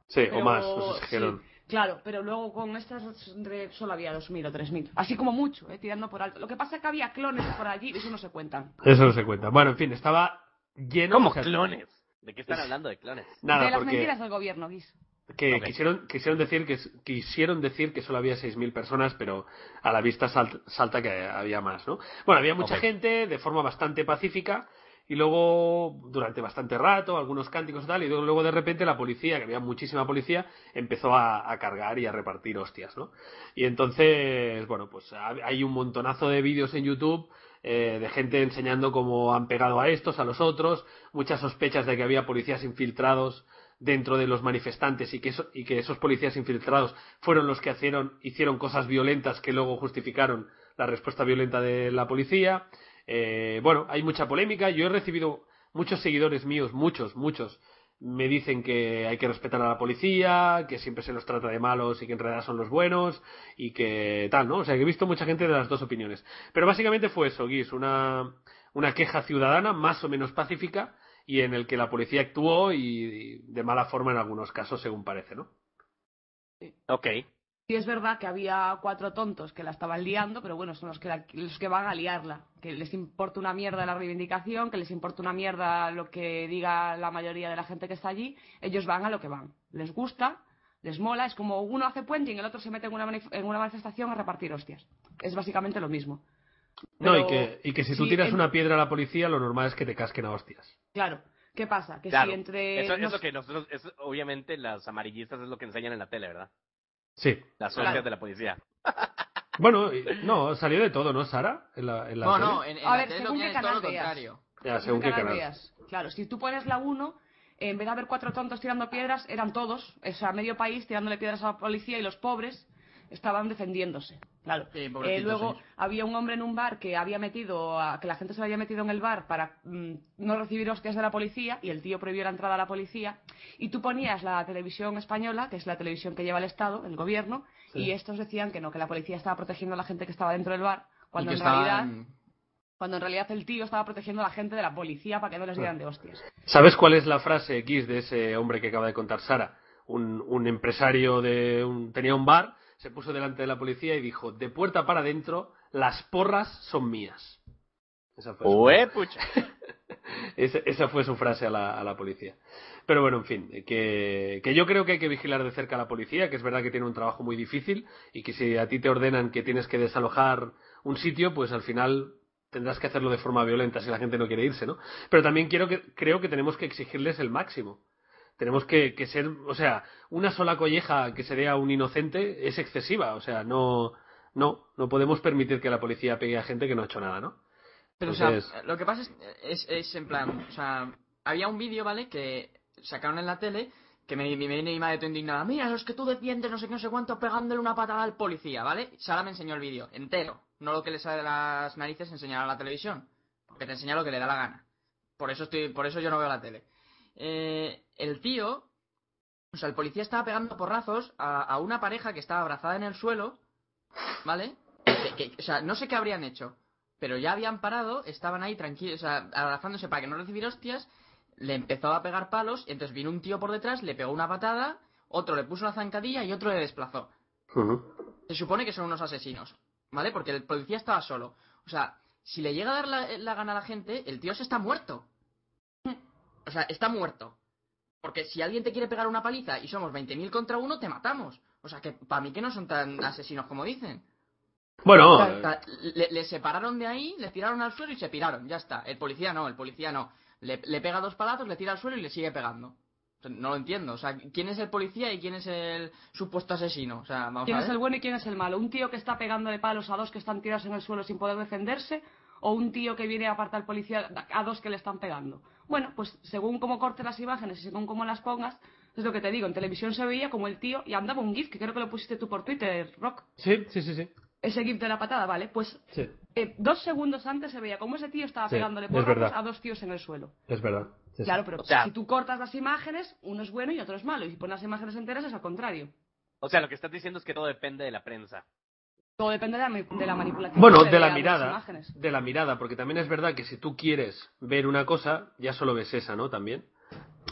Sí, o Pero- más, no sé si sí, dijeron. claro, pero luego con estas re- solo había 2.000 o 3.000. Así como mucho, ¿eh? tirando por alto. Lo que pasa es que había clones por allí y eso no se cuentan. Eso no se cuenta. Bueno, en fin, estaba lleno ¿Cómo o sea, clones? Pues ¿De qué están hablando de clones? Nada, de las porque mentiras del gobierno, Guis. que Ok. quisieron, quisieron, decir que, quisieron decir que solo había 6.000 personas, pero a la vista sal- salta que había más, ¿no? Bueno, había mucha Ok. gente de forma bastante pacífica y luego durante bastante rato, algunos cánticos y tal, y luego luego de repente la policía, que había muchísima policía, empezó a, a cargar y a repartir hostias, ¿no? Y entonces, bueno, pues ha- hay un montonazo de vídeos en YouTube eh, de gente enseñando cómo han pegado a estos, a los otros, muchas sospechas de que había policías infiltrados dentro de los manifestantes y que, eso- y que esos policías infiltrados fueron los que hicieron, hicieron cosas violentas que luego justificaron la respuesta violenta de la policía. Eh, bueno, hay mucha polémica. Yo he recibido muchos seguidores míos, muchos, muchos, me dicen que hay que respetar a la policía, que siempre se los trata de malos y que en realidad son los buenos y que tal, ¿no? O sea, que he visto mucha gente de las dos opiniones. Pero básicamente fue eso, Guis, una, una queja ciudadana más o menos pacífica y en el que la policía actuó y, y de mala forma en algunos casos, según parece, ¿no? Ok. Y es verdad que había cuatro tontos que la estaban liando, pero bueno, son los que, la- los que van a liarla. Que les importa una mierda la reivindicación, que les importa una mierda lo que diga la mayoría de la gente que está allí. Ellos van a lo que van. Les gusta, les mola. Es como uno hace puente y el otro se mete en una, manif- en una manifestación a repartir hostias. Es básicamente lo mismo. No, y Pero que, y que si tú sí, tiras en- una piedra a la policía, lo normal es que te casquen a hostias. Claro. ¿Qué pasa? Que Claro. si entre... eso es no lo sé- que nosotros, es, obviamente, las amarillistas es lo que enseñan en la tele, ¿verdad? Sí. Las Claro. hostias de la policía. Bueno, y- no, salió de todo, ¿no, Sara? En la, en la No, tele. no, en, en A la ver, tele lo según qué tienes todo lo canal veas. contrario. Ya, según qué qué canal canal. veas. Claro, si tú pones la 1, en vez de haber cuatro tontos tirando piedras, eran todos, o sea, medio país tirándole piedras a la policía y los pobres estaban defendiéndose. Claro. Sí, pobrecitos, Eh, luego sí. había un hombre en un bar que había metido, a- que la gente se lo había metido en el bar para mm, no recibir hostias de la policía y el tío prohibió la entrada a la policía. Y tú ponías la televisión española, que es la televisión que lleva el Estado, el gobierno, Sí. y estos decían que no, que la policía estaba protegiendo a la gente que estaba dentro del bar, Y cuando que en realidad estaban- cuando en realidad el tío estaba protegiendo a la gente de la policía para que no les dieran de hostias. ¿Sabes cuál es la frase X de ese hombre que acaba de contar Sara? Un, un empresario de un, tenía un bar, se puso delante de la policía y dijo, de puerta para adentro, las porras son mías. Esa fue su- ¡Ue, pucha! Esa, esa fue su frase a la, a la policía. Pero bueno, en fin, que, que yo creo que hay que vigilar de cerca a la policía, que es verdad que tiene un trabajo muy difícil y que si a ti te ordenan que tienes que desalojar un sitio, pues al final tendrás que hacerlo de forma violenta si la gente no quiere irse, ¿no? Pero también quiero que, creo que tenemos que exigirles el máximo. Tenemos que, que ser, o sea, una sola colleja que se dé a un inocente es excesiva, o sea, no, no, no podemos permitir que la policía pegue a gente que no ha hecho nada, ¿no? Pero, o sea, Entonces- lo que pasa es, es, es en plan, o sea, había un vídeo, ¿vale? Que sacaron en la tele que me, me viene mi madre toda indignada. Mira, los que tú defiendes, no sé qué, no sé cuánto, pegándole una patada al policía, ¿vale? Sara me enseñó el vídeo entero, no lo que le sale de las narices enseñar a la televisión, porque te enseña lo que le da la gana. Por eso estoy, por eso yo no veo la tele. Eh, el tío, o sea, el policía estaba pegando porrazos a, a una pareja que estaba abrazada en el suelo, ¿vale? Que- que- o sea, no sé qué habrían hecho pero ya habían parado, estaban ahí tranquilos, o sea, abrazándose para que no recibir hostias, le empezó a pegar palos, y entonces vino un tío por detrás, le pegó una patada, otro le puso una zancadilla y otro le desplazó. Ujú. Se supone que son unos asesinos, ¿vale? Porque el policía estaba solo. O sea, si le llega a dar la, la gana a la gente, el tío se está muerto. O sea, está muerto. Porque si alguien te quiere pegar una paliza y somos 20.000 contra uno, te matamos. O sea, que para mí que no son tan asesinos como dicen. Bueno, O sea, le, le separaron de ahí, le tiraron al suelo y se piraron, ya está. El policía no, el policía no. Le, le pega dos palazos, le tira al suelo y le sigue pegando. O sea, no lo entiendo. O sea, ¿quién es el policía y quién es el supuesto asesino? O sea, vamos ¿Quién a es ver. el bueno y quién es el malo? ¿Un tío que está pegando de palos a dos que están tirados en el suelo sin poder defenderse? ¿O un tío que viene a apartar al policía a dos que le están pegando? Bueno, pues según cómo cortes las imágenes y según cómo las pongas, es lo que te digo. En televisión se veía como el tío y andaba un GIF, que creo que lo pusiste tú por Twitter, Rock. sí, sí, sí, sí. Ese GIF de la patada, ¿vale? Pues Sí, eh, dos segundos antes se veía como ese tío estaba Sí, pegándole es porrazos verdad. a dos tíos en el suelo. es verdad. Sí, sí. Claro, pero O sea- si tú cortas las imágenes, uno es bueno y otro es malo. Y si pones las imágenes enteras es al contrario. O sea, lo que estás diciendo es que todo depende de la prensa. Todo depende de la, ma- de la manipulación. Bueno, que se de la vea las mirada, imágenes. de la mirada, porque también es verdad que si tú quieres ver una cosa, ya solo ves esa, ¿no? También.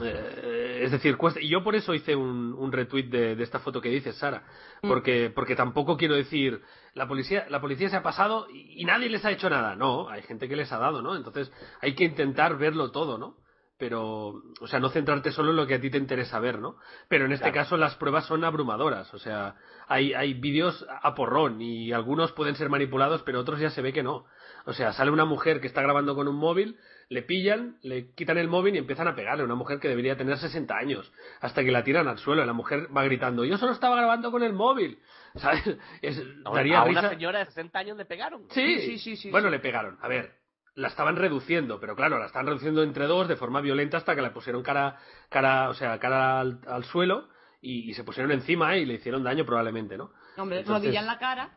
Eh, es decir, cuesta- y yo por eso hice un, un retweet de, de esta foto que dices, Sara, porque, porque tampoco quiero decir, la policía, la policía se ha pasado y, y nadie les ha hecho nada, no, hay gente que les ha dado, ¿no? Entonces hay que intentar verlo todo, ¿no? Pero, o sea, no centrarte solo en lo que a ti te interesa ver, ¿no? Pero en este Claro. caso las pruebas son abrumadoras, o sea, hay, hay vídeos a porrón y algunos pueden ser manipulados, pero otros ya se ve que no. O sea, sale una mujer que está grabando con un móvil, le pillan, le quitan el móvil y empiezan a pegarle. Una mujer que debería tener 60 años, hasta que la tiran al suelo. y La mujer va gritando, yo solo estaba grabando con el móvil. ¿Sabes? Es- A daría a risa. una señora de 60 años le pegaron. Sí, Sí, sí, sí, sí, Bueno, sí. le pegaron. A ver, la estaban reduciendo, pero claro, la estaban reduciendo entre dos de forma violenta hasta que la pusieron cara, cara, o sea, cara al, al suelo y, y se pusieron encima y le hicieron daño probablemente, ¿no? Hombre, Entonces- rodilla en la cara,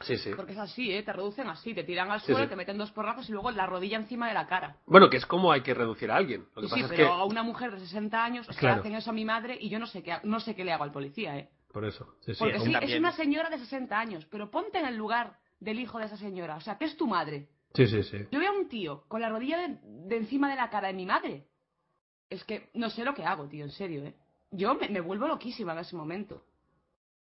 Sí, sí. porque es así, ¿eh? Te reducen así, te tiran al Sí, suelo, sí. te meten dos porrazos y luego la rodilla encima de la cara. Bueno, que es como hay que reducir a alguien. Lo que Sí, sí, pasa es pero que a una mujer de 60 años, o sea, Claro. hacen eso a mi madre y yo no sé qué, no sé qué le hago al policía, ¿eh? Por eso. Sí, sí. Porque aún- sí, es también. una señora de 60 años, pero ponte en el lugar del hijo de esa señora. O sea, ¿qué es tu madre? sí, sí, sí. Yo veo a un tío con la rodilla de, de encima de la cara de mi madre. Es que no sé lo que hago, tío, en serio, ¿eh? Yo me, me vuelvo loquísima en ese momento.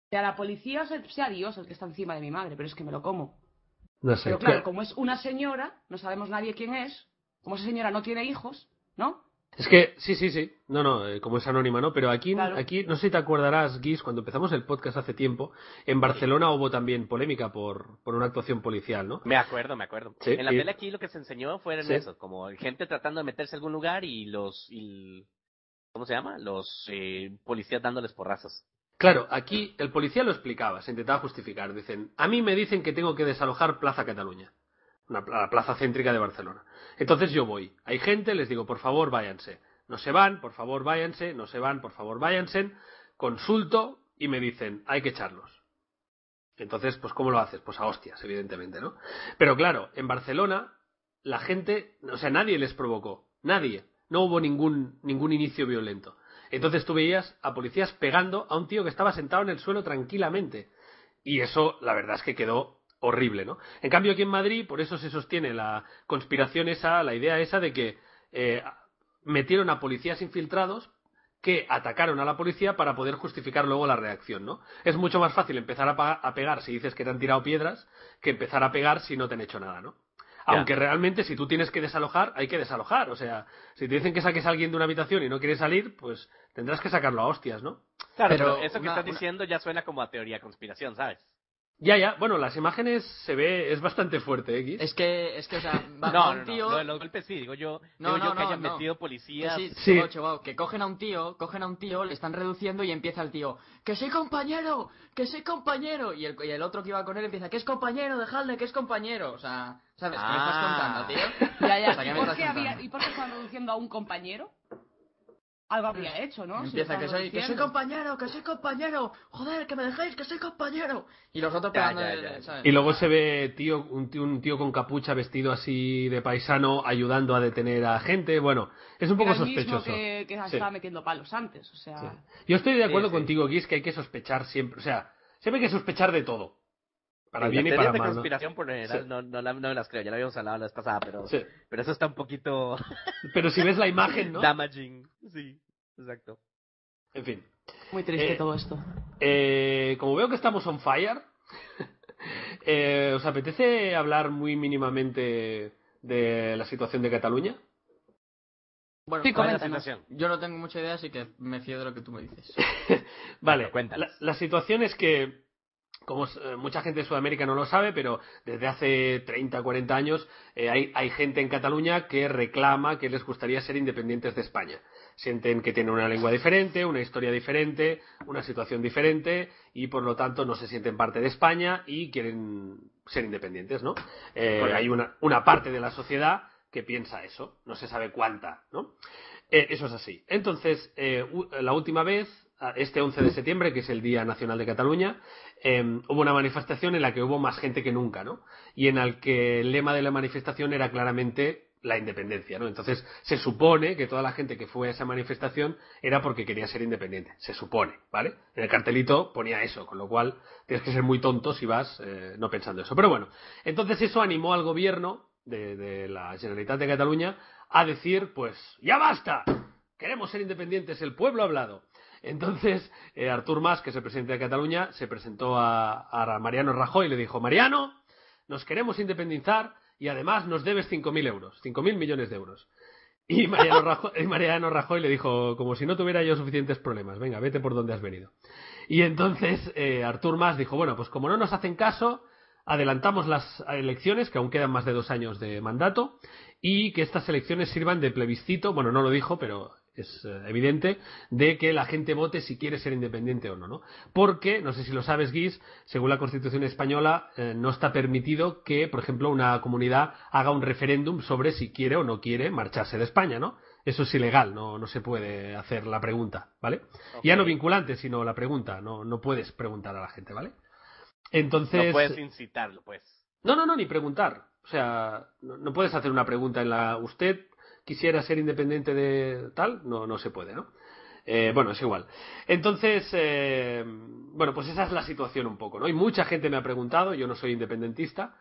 O sea, la policía o sea, sea Dios el que está encima de mi madre, pero es que me lo como. No sé. Pero claro, como es una señora, no sabemos nadie quién es, como esa señora no tiene hijos, ¿no? Es que, sí, sí, sí. No, no, eh, como es anónima, ¿no? Pero aquí, Claro. aquí no sé si te acordarás, Guis, cuando empezamos el podcast hace tiempo, en Barcelona hubo también polémica por, por una actuación policial, ¿no? Me acuerdo, me acuerdo. Sí, en la y- tele aquí lo que se enseñó fueron Sí. eso, como gente tratando de meterse a algún lugar y los... y- ¿Cómo se llama? Los eh, policías dándoles porrazos. Claro, aquí el policía lo explicaba, se intentaba justificar. Dicen, a mí me dicen que tengo que desalojar Plaza Cataluña, una pla- la plaza céntrica de Barcelona. Entonces yo voy. Hay gente, les digo, por favor, váyanse. No se van, por favor, váyanse. No se van, por favor, váyanse. Consulto y me dicen, hay que echarlos. Entonces, pues, ¿cómo lo haces? Pues a hostias, evidentemente, ¿no? Pero claro, en Barcelona, la gente, o sea, nadie les provocó. Nadie. No hubo ningún, ningún inicio violento. Entonces tú veías a policías pegando a un tío que estaba sentado en el suelo tranquilamente. Y eso, la verdad es que quedó horrible, ¿no? En cambio, aquí en Madrid, por eso se sostiene la conspiración esa, la idea esa de que eh, metieron a policías infiltrados que atacaron a la policía para poder justificar luego la reacción, ¿no? Es mucho más fácil empezar a, pa- a pegar si dices que te han tirado piedras que empezar a pegar si no te han hecho nada, ¿no? Ya. Aunque realmente si tú tienes que desalojar, hay que desalojar. O sea, si te dicen que saques a alguien de una habitación y no quiere salir, pues tendrás que sacarlo a hostias, ¿no? Claro, Pero pero, eso que una- estás una- diciendo ya suena como a teoría conspiración, ¿sabes? Ya, ya. Bueno, las imágenes se ve, es bastante fuerte, ¿eh, Guis? Es que, es que, o sea, va, va No, un no, tío... no, lo de los golpes sí, digo yo, No, digo yo no, que no, hayan no. metido Que policías. sí, Sí. digo, chaval, que cogen a un tío, cogen a un tío, le están reduciendo y empieza el tío, que soy compañero, que soy compañero. Y el, y el otro que iba con él empieza, que es compañero, dejadle, que es compañero. O sea, ¿sabes? ¿Qué Ah. me estás contando, tío? Ya, O ya. sea, ¿qué ¿Y me por, estás qué había, contando? ¿Y por qué estaban reduciendo a un compañero? Algo habría hecho, Oh, ¿no? Si Pues Empieza lo que estaban soy, que soy reduciendo. compañero, que soy compañero, joder, que me dejéis, que soy compañero. Y los otros Ya, pegando, ya, el- ya. ¿sabes? Y luego se ve tío, un, tío, un tío con capucha vestido así de paisano ayudando a detener a gente. Bueno, es un poco Era el mismo sospechoso. que, que Sí. estaba metiendo palos antes, o sea... Yo estoy de acuerdo sí. contigo, Guis, que hay que sospechar siempre. O sea, siempre hay que sospechar de todo. Para Las bien y teorías para de mal. ¿no? conspiración por lo general Sí. no, no, la- no me las creo, ya lo habíamos hablado la vez pasada, pero, Sí. pero eso está un poquito Pero si ves la imagen, ¿no? damaging. Sí, exacto. En fin. Muy triste Eh, todo esto. Eh, como veo que estamos on fire, eh, ¿os apetece hablar muy mínimamente de la situación de Cataluña? Bueno, Sí, ¿Cuál es la coméntanos. situación? Yo no tengo mucha idea, así que me fío de lo que tú me dices. Vale, la, cuéntanos. la situación es que, como eh, mucha gente de Sudamérica no lo sabe, pero desde hace 30, 40 años eh, hay, hay gente en Cataluña que reclama que les gustaría ser independientes de España. Sienten que tienen una lengua diferente, una historia diferente, una situación diferente y por lo tanto no se sienten parte de España y quieren ser independientes, ¿no? Eh, Correcto. hay una, una parte de la sociedad que piensa eso, no se sabe cuánta, ¿no? Eh, eso es así. Entonces, eh, u- la última vez, a- este 11 de septiembre, que es el Día Nacional de Cataluña, eh, hubo una manifestación en la que hubo más gente que nunca, ¿no? Y en la que el lema de la manifestación era claramente la independencia, ¿no? Entonces, se supone que toda la gente que fue a esa manifestación era porque quería ser independiente, se supone, ¿vale? En el cartelito ponía eso, con lo cual tienes que ser muy tonto si vas eh, no pensando eso. Pero bueno, entonces eso animó al gobierno de, de la Generalitat de Cataluña a decir, pues, ya basta, queremos ser independientes, el pueblo ha hablado. Entonces, eh, Artur Mas, que es el presidente de Cataluña, se presentó a, a Mariano Rajoy y le dijo, Mariano, nos queremos independizar y además nos debes 5.000 euros, 5.000 millones de euros. Y Mariano, Rajoy, y Mariano Rajoy le dijo, como si no tuviera yo suficientes problemas, venga, vete por donde has venido. Y entonces eh, Artur Mas dijo, bueno, pues como no nos hacen caso, adelantamos las elecciones, que aún quedan más de dos años de mandato, y que estas elecciones sirvan de plebiscito, bueno, no lo dijo, pero es eh, evidente, de que la gente vote si quiere ser independiente o no, ¿no? Porque, no sé si lo sabes, Guis, según la Constitución española, eh, no está permitido que, por ejemplo, una comunidad haga un referéndum sobre si quiere o no quiere marcharse de España, ¿no? Eso es ilegal, no, no se puede hacer la pregunta, ¿vale? Ya no vinculante, sino la pregunta, no, no puedes preguntar a la gente, ¿vale? Entonces... No puedes incitarlo, pues. No, no, no, ni preguntar. O sea, no, no puedes hacer una pregunta en la usted quisiera ser independiente de tal, no, no se puede, ¿no? Eh, bueno, es igual. Entonces, eh, bueno, pues esa es la situación un poco, ¿no? Y mucha gente me ha preguntado, yo no soy independentista,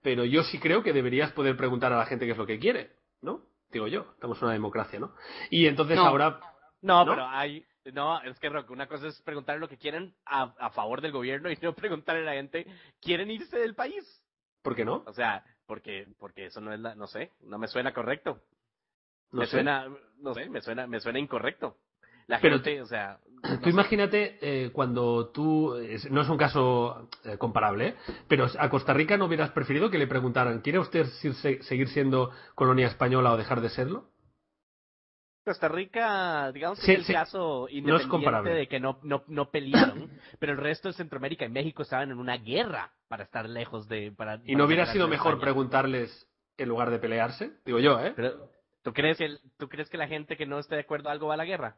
pero yo sí creo que deberías poder preguntar a la gente qué es lo que quiere, ¿no? Digo yo, estamos en una democracia, ¿no? Y entonces No. ahora, No, ¿No? pero hay... No, es que Rock, una cosa es preguntar lo que quieren a, a favor del gobierno y no preguntarle a la gente, ¿quieren irse del país? ¿por qué no? O sea, porque porque eso no es la... No sé, no me suena correcto. No me sé. suena... No sé, me suena, me suena incorrecto. La Pero gente, o sea... no Tú sé. imagínate eh, cuando tú, es- no es un caso eh, comparable, ¿eh? pero a Costa Rica no hubieras preferido que le preguntaran, ¿quiere usted si- se- seguir siendo colonia española o dejar de serlo? Costa Rica, digamos que Sí, es el sí. caso No es independiente comparable. de que no, no, no pelearon, pero el resto de Centroamérica y México estaban en una guerra para estar lejos de... Para, ¿Y no para hubiera separarse sido de mejor España. preguntarles en lugar de pelearse? Digo yo, ¿eh? Pero, ¿tú, crees que el- ¿Tú crees que la gente que no esté de acuerdo a algo va a la guerra?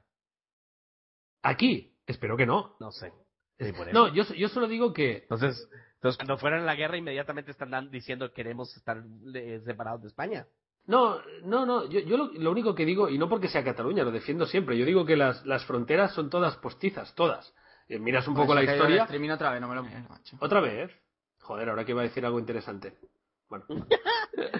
Aquí, espero que no. No sé. Sí, por eso. No, yo, yo solo digo que Entonces, entonces, cuando fueron a la guerra inmediatamente están dan- diciendo queremos estar eh, separados de España. No, no, no. Yo, yo lo, lo único que digo, y no porque sea Cataluña, lo defiendo siempre. Yo digo que las, las fronteras son Pues todas postizas, todas. Eh, Miras un poco la historia. Termino otra vez, no me lo mires, macho. Otra vez. Joder, ahora que iba a decir algo interesante. Bueno,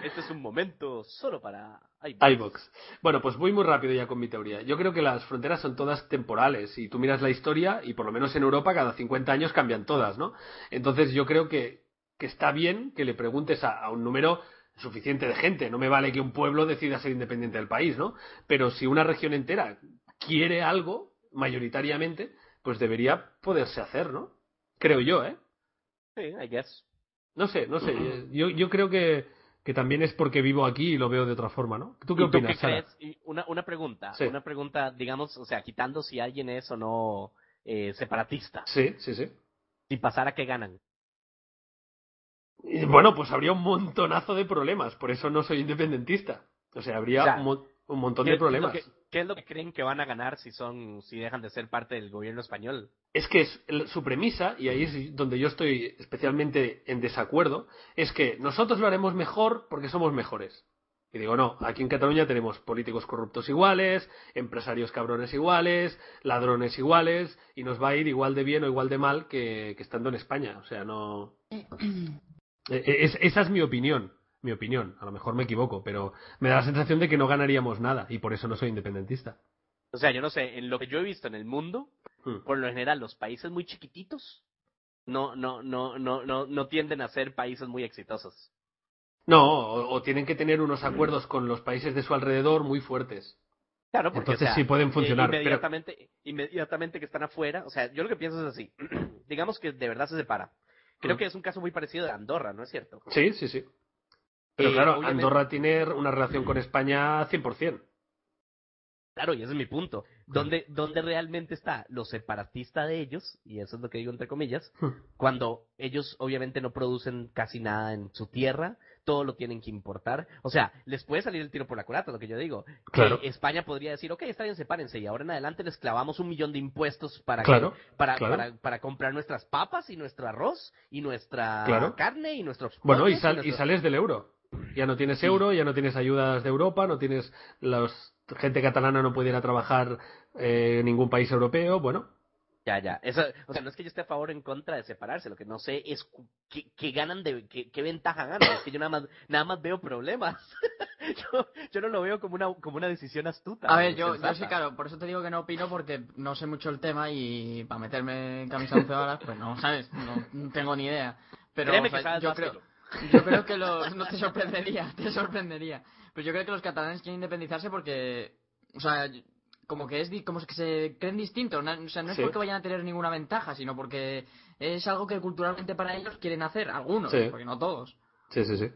Este es un momento solo para iVoox. iBox. Bueno, pues voy muy rápido ya con mi teoría. Yo creo que las fronteras son todas temporales y tú miras la historia y por lo menos en Europa cada 50 años cambian todas, ¿no? Entonces yo creo que, que está bien que le preguntes a, a un número suficiente de gente. No me vale que un pueblo decida ser independiente del país, ¿no? Pero si una región entera quiere algo, mayoritariamente, pues debería poderse hacer, ¿no? Creo yo, ¿eh? Sí, I guess. No sé, no sé. Yo, yo creo que, que también es porque vivo aquí y lo veo de otra forma, ¿no? ¿Tú qué ¿Y tú opinas, qué Sara? crees? Y Una, una pregunta, Sí. una pregunta, digamos, o sea, quitando si alguien es o no eh, separatista. Sí, sí, sí. Si pasara, ¿qué ganan? Y, Bueno, pues habría un montonazo de problemas, por eso no soy independentista. O sea, habría Ya. un, mon- un montón ¿Qué, de es lo Pues problemas. que- qué es lo que creen que van a ganar si son, si dejan de ser parte del gobierno español? Es que es- el- su premisa, y ahí es donde yo estoy especialmente en desacuerdo, es que nosotros lo haremos mejor porque somos mejores. Y digo, no, aquí en Cataluña tenemos políticos corruptos iguales, empresarios cabrones iguales, ladrones iguales, y nos va a ir igual de bien o igual de mal que, que estando en España. O sea, no. E- e- es- esa es mi opinión, mi opinión. A lo mejor me equivoco, pero me da la sensación de que no ganaríamos nada, y por eso no soy independentista. O sea, yo no sé, en lo que yo he visto en el mundo, Hmm. por lo general, los países muy chiquititos no, no, no, no, no, no tienden a ser países muy exitosos. No, o, o tienen que tener unos acuerdos con los países de su alrededor muy fuertes. Claro, porque Entonces o sea, sí pueden eh, funcionar, pero- inmediatamente, inmediatamente que están afuera, o sea, yo lo que pienso es así. digamos que de verdad se separa. Creo Mm. que es un caso muy parecido de Andorra, ¿no es cierto? Sí, sí, sí. Pero Eh, claro, obviamente- Andorra tiene una relación con España 100%. Claro, y ese es mi punto. ¿Dónde, dónde realmente está lo separatista de ellos? Y eso es lo que digo entre comillas. Hmm. Cuando ellos obviamente no producen casi nada en su tierra, todo lo tienen que importar. O sea, les puede salir el tiro por la culata, lo que yo digo. Que Claro. España podría decir, ok, está bien, sepárense, y ahora en adelante les clavamos un millón de impuestos para, que- Claro, para, claro. para, para comprar nuestras papas y nuestro arroz y nuestra Claro. carne y nuestros... Bueno, y, pollos sal- y nuestros- sales del euro. Ya no tienes euro, ya no tienes ayudas de Europa, no tienes... La gente catalana no pudiera trabajar eh, en ningún país europeo. Bueno, Ya, ya. Eso, o sea, no es que yo esté a favor o en contra de separarse, lo que no sé es cu- qué, qué ganan de, qué, qué ventaja ganan. Es que yo nada más, nada más veo problemas. yo, yo no lo veo como una, como una decisión astuta. A ver, o yo, yo sensata. sí, claro, por eso te digo que no opino porque no sé mucho el tema y para meterme en camisa de once varas, pues no, ¿sabes? No, no tengo ni idea. Pero Créeme o sea, que sabes yo, más que creo, yo. yo creo que los... No te sorprendería, te sorprendería. Pero yo creo que los catalanes quieren independizarse porque... O sea, como que es... di- Como que se creen distintos. ¿no? O sea, no es Sí. porque vayan a tener ninguna ventaja, sino porque es algo que culturalmente para ellos quieren hacer. Algunos, Sí. porque no todos. sí, sí, sí.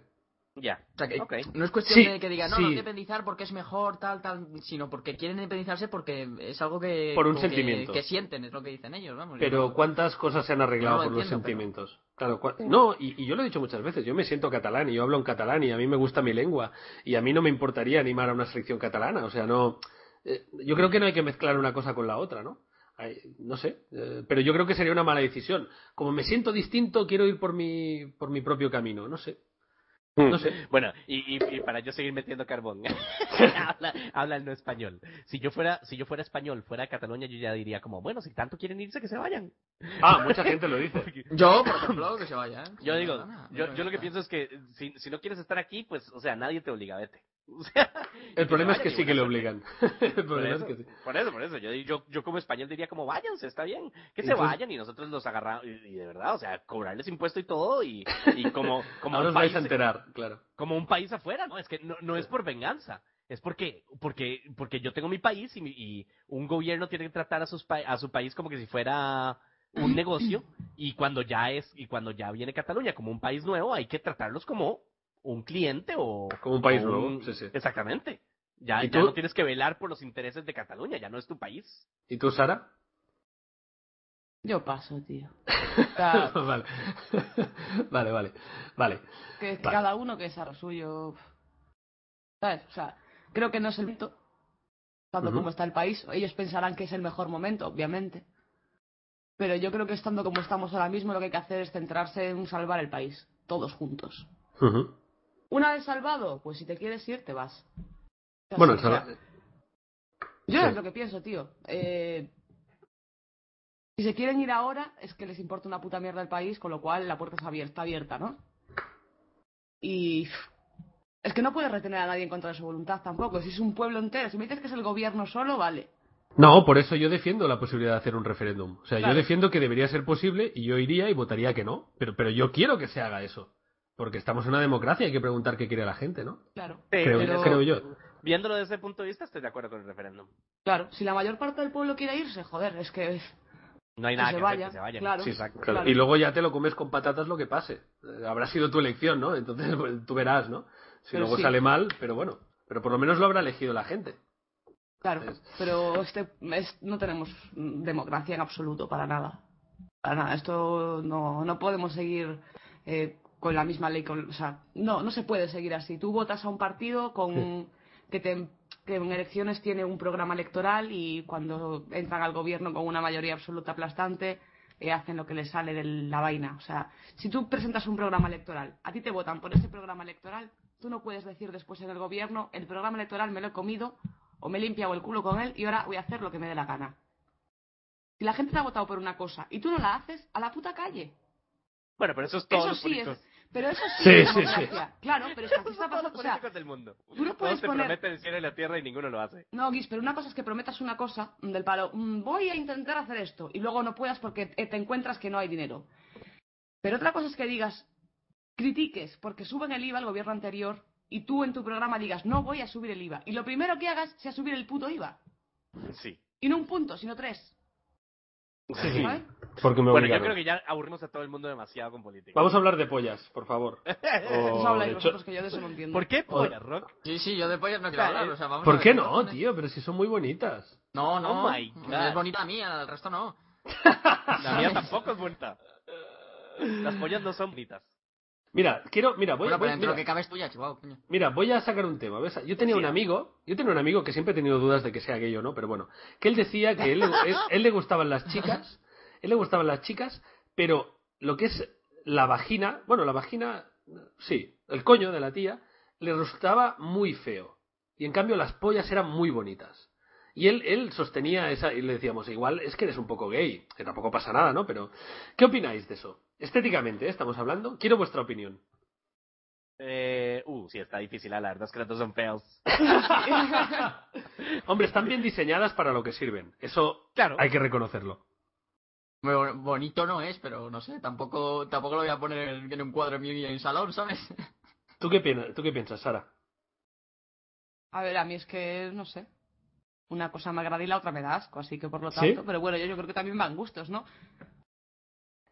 Ya. O sea, que Ok. no es cuestión Sí, de que digan, no, sí. no independizar porque es mejor, tal, tal, sino porque quieren independizarse porque es algo que... Por un como que- sentimiento. Que, sienten, es lo que dicen ellos, vamos. yo Pero no- ¿cuántas cosas se han arreglado No lo por los entiendo, pero- sentimientos? Claro, cua- no, y, y yo lo he dicho muchas veces, yo me siento catalán y yo hablo en catalán y a mí me gusta mi lengua y a mí no me importaría animar a una selección catalana, o sea, no, eh, yo creo que no hay que mezclar una cosa con la otra, ¿no? Ay, no sé, eh, pero yo creo que sería una mala decisión. Como me siento distinto, quiero ir por mi, por mi propio camino, no sé. No sé. Bueno, y, y- y para yo seguir metiendo carbón, habla, habla el no español. Si yo fuera, si yo fuera español, fuera de Cataluña, yo ya diría como, bueno, si tanto quieren irse, que se vayan. Ah, mucha gente lo dice. Yo, por ejemplo, que se vaya, ¿eh? Yo No digo, pasa nada, yo, no yo lo que pasa pienso es que si, si no quieres estar aquí, pues, o sea, nadie te obliga, vete. O sea, El problema es vayan que y sí que le buena obligan. El Por problema es eso, que sí. por eso, por eso. Yo, yo, yo como español diría como váyanse, está bien, que se Entonces- vayan y nosotros los agarramos, y, y de verdad, o sea, cobrarles impuesto y todo y, y como, como, Ahora un os vais país, a enterar, claro. como un país afuera, no, es que no, no es por venganza, es porque, porque, porque yo tengo mi país y, mi- y un gobierno tiene que tratar a, sus pa- a su país como que si fuera un negocio y cuando ya es, y cuando ya viene Cataluña como un país nuevo, hay que tratarlos como un cliente o Como un país o nuevo, un- sí, sí. Exactamente. Ya, ¿Y ya tú? no tienes que velar por los intereses de Cataluña, ya no es tu país. ¿Y tú, Sara? Yo paso, tío. O sea, vale. vale, vale, vale. que Vale. cada uno que es a lo suyo. ¿Sabes? O sea, creo que no es el momento. Tanto Ujú. como está el país, ellos pensarán que es el mejor momento, obviamente. Pero yo creo que estando como estamos ahora mismo, lo que hay que hacer es centrarse en salvar el país, todos juntos. Ujú. Una vez salvado, pues si te quieres ir, te vas. O sea, Bueno, o sea, Sara, yo sí. es lo que pienso, tío. Eh, Si se quieren ir ahora, es que les importa una puta mierda el país, con lo cual la puerta es abierta, abierta, ¿no? Y es que no puedes retener a nadie en contra de su voluntad tampoco. Si es un pueblo entero, si me dices que es el gobierno solo, vale. No, por eso yo defiendo la posibilidad de hacer un referéndum. O sea, Claro. yo defiendo que debería ser posible y yo iría y votaría que no. Pero, pero yo quiero que se haga eso. Porque estamos en una democracia y hay que preguntar qué quiere la gente, ¿no? Claro. Creo- pero- creo yo. Viéndolo desde ese punto de vista, estoy de acuerdo con el referéndum. Claro, si la mayor parte del pueblo quiere irse, joder, es que No hay Que nada se que, hacer, vaya, que se vayan. claro. Sí, exacto. Claro. Claro. Y luego ya te lo comes con patatas lo que pase. Eh, Habrá sido tu elección, ¿no? Entonces pues, tú verás, ¿no? Si Pero luego sí. sale mal, pero bueno. Pero por lo menos lo habrá elegido la gente. Claro, Es- pero este es- no tenemos mm, democracia en absoluto, para nada. Para nada, esto no, no podemos seguir eh, con la misma ley. Con, o sea, no, no se puede seguir así. Tú votas a un partido con que, te- que en elecciones tiene un programa electoral y cuando entran al gobierno con una mayoría absoluta aplastante eh, hacen lo que les sale de la vaina. O sea, si tú presentas un programa electoral, a ti te votan por ese programa electoral, tú no puedes decir después en el gobierno, el programa electoral me lo he comido o me he limpiado el culo con él y ahora voy a hacer lo que me dé la gana. Si la gente te ha votado por una cosa y tú no la haces, a la puta calle. Bueno, pero eso es todo. Eso los sí es. políticos- Pero eso sí, Sí, es sí, democracia. Claro, pero es que aquí Eso está son todos los pasando. O sea, políticos del mundo. tú no puedes Todos te poner- prometen el cielo y la tierra y ninguno lo hace. no, Guis, pero una cosa es que prometas una cosa mm, del palo, mm, voy a intentar hacer esto, y luego no puedas porque eh, te encuentras que no hay dinero. Pero otra cosa es que digas, critiques porque suben el IVA al gobierno anterior y tú en tu programa digas, no voy a subir el IVA. Y lo primero que hagas sea subir el puto IVA. Sí. Y no un punto, sino tres. ¿Sabes? Porque me Bueno, yo obligaron. creo que ya aburrimos a todo el mundo demasiado con política. Vamos a hablar de pollas, por favor. Eso O Oh, habláis de vosotros, cho- que yo de eso no entiendo. ¿Por qué pollas, Rock? Sí, sí, yo de pollas no quiero Claro, hablar. O sea, vamos a ¿Por ver qué qué no, cojones. tío? Pero si son muy bonitas. No, no. Oh my God. Es bonita mía, al resto no. La mía tampoco es bonita. Las pollas no son bonitas. Mira, quiero, mira, voy, bueno, voy- pero dentro mira, de lo que cabe es tuya, chihuahua, coño. mira, voy a sacar un tema. ¿ves? Yo tenía un Sí. amigo, yo tenía un amigo que siempre he tenido dudas de que sea gay o no, pero bueno, que él decía que él, le- él, él le gustaban las chicas, él le gustaban las chicas, pero lo que es la vagina, bueno, la vagina, sí, el coño de la tía, le resultaba muy feo. Y en cambio las pollas eran muy bonitas. Y él, él sostenía esa, y le decíamos, igual es que eres un poco gay, que tampoco pasa nada, ¿no? Pero, ¿qué opináis de eso? Estéticamente, ¿eh? estamos hablando. Quiero vuestra opinión. Eh, uh, sí, está difícil, la verdad es que las dos son feos. Hombre, están bien diseñadas para lo que sirven. Eso Claro. hay que reconocerlo. Bueno, bonito no es, pero no sé, tampoco tampoco lo voy a poner en un cuadro mío y en un salón, ¿sabes? ¿Tú qué, piensas, ¿Tú qué piensas, Sara? A ver, a mí es que, no sé. Una cosa me agrada y la otra me da asco, así que por lo ¿Sí? tanto. Pero bueno, yo, yo creo que también van gustos, ¿no?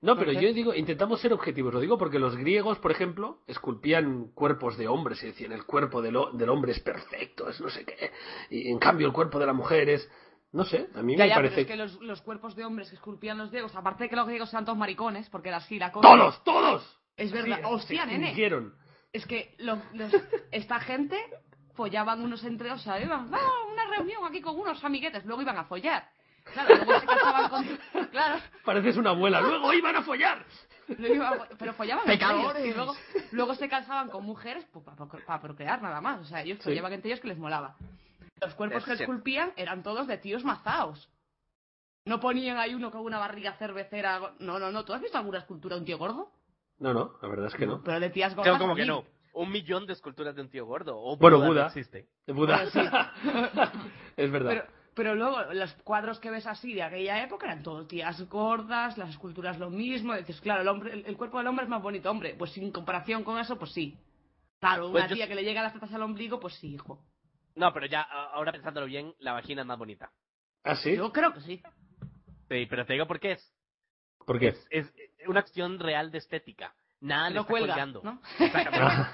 No, pero Porque- yo digo, intentamos ser objetivos. Lo digo porque los griegos, por ejemplo, esculpían cuerpos de hombres y decían el cuerpo del, ho- del hombre es perfecto, es no sé qué. Y en cambio el cuerpo de la mujer es... No sé, a mí Ya, me ya, parece... pero es que los, los cuerpos de hombres que esculpían los griegos, aparte de que los griegos sean todos maricones, porque era así la cosa. ¡Todos! ¡Todos! Es verdad. Sí, Hostia, se nene. extinguieron. Es que los- los- esta gente follaban unos entre. O sea, iban "Ah, una reunión aquí con unos amiguetes, luego iban a follar. Claro, luego se casaban con. Claro, Pareces una abuela. Luego iban a follar. luego iban a fo- ah, pues, pero follaban entre ellos. ¡Pecadores! y luego, luego se casaban con mujeres pues, para procrear nada más. O sea, ellos Sí. follaban entre ellos que les molaba. Los cuerpos Es que cierto. esculpían eran todos de tíos mazaos. No ponían ahí uno con una barriga cervecera. go- No, no, no. ¿Tú has visto alguna escultura de un tío gordo? No, no, la verdad es que no. Pero de tías gordas. Tengo como que sí. no. Un millón de esculturas de un tío gordo. O Bueno, no Buda. existe. Buda. Bueno, sí. es verdad. Pero, pero luego, los cuadros que ves así de aquella época eran todos tías gordas, las esculturas lo mismo. Dices, claro, el, hombre, el, el cuerpo del hombre es más bonito, hombre. Pues sin comparación con eso, pues sí. Claro, una Pues yo- tía que le llega las tetas al ombligo, pues sí, hijo. No, pero ya, a- ahora pensándolo bien, la vagina es más bonita. ¿Ah, sí? Yo creo que sí. Sí, pero te digo por qué es. ¿Por qué? Es es una cuestión real de estética. Nada Ah, le No está cuelga, colgando. ¿no? Exactamente.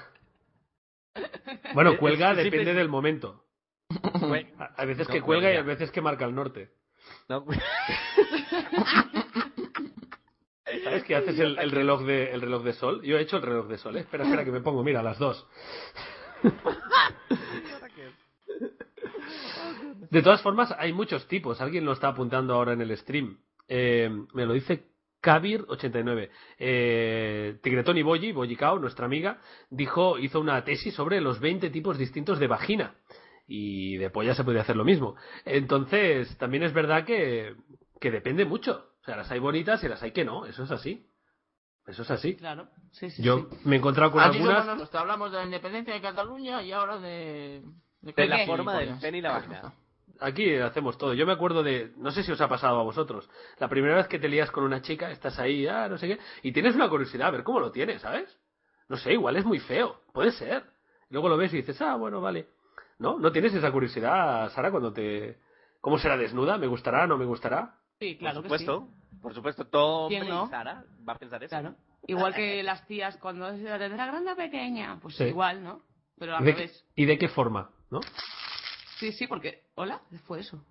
bueno, Es- cuelga Eh, es- es depende simple- del momento. Cue- A- Hay veces No que cuelga y cuelga. a veces que marca el norte. no, cue- ¿Sabes que haces el, el reloj de el reloj de sol? Yo he hecho el reloj de sol. ¿eh? Espera, espera que me pongo. Mira, a las dos. De todas formas, hay muchos tipos. Alguien lo está apuntando ahora en el stream. Eh, me lo dice Kabir89. Eh, Tigretón y Boyi, Boyicao, nuestra amiga, dijo, hizo una tesis sobre los 20 tipos distintos de vagina. Y de polla se podría hacer lo mismo. Entonces, también es verdad que, que depende mucho. O sea, las hay bonitas y las hay que no. Eso es así. Eso es así. Claro, sí, sí. Ah, Yo me he encontrado con Así somos algunas. nosotros, hablamos de la independencia de Cataluña y ahora de... De la ¿Qué? forma del pene y la vagina. Aquí hacemos todo. Yo me acuerdo de, no sé si os ha pasado a vosotros, la primera vez que te lías con una chica, estás ahí, ah, no sé qué, y tienes una curiosidad a ver cómo lo tiene, ¿sabes? No sé, igual es muy feo, puede ser. Luego lo ves y dices, ah, bueno, vale. ¿No? ¿No tienes esa curiosidad, Sara, cuando te... ¿Cómo será desnuda? ¿Me gustará? ¿No me gustará? Sí, claro por que sí. supuesto, por supuesto, todo ¿Quién hombre no? y Sara va a pensar eso. Claro. Igual que las tías cuando es de la grande o pequeña, pues Sí. igual, ¿no? Pero al ¿Y de, qué- revés. y de qué forma? ¿No? Sí, sí, porque. Hola, fue eso.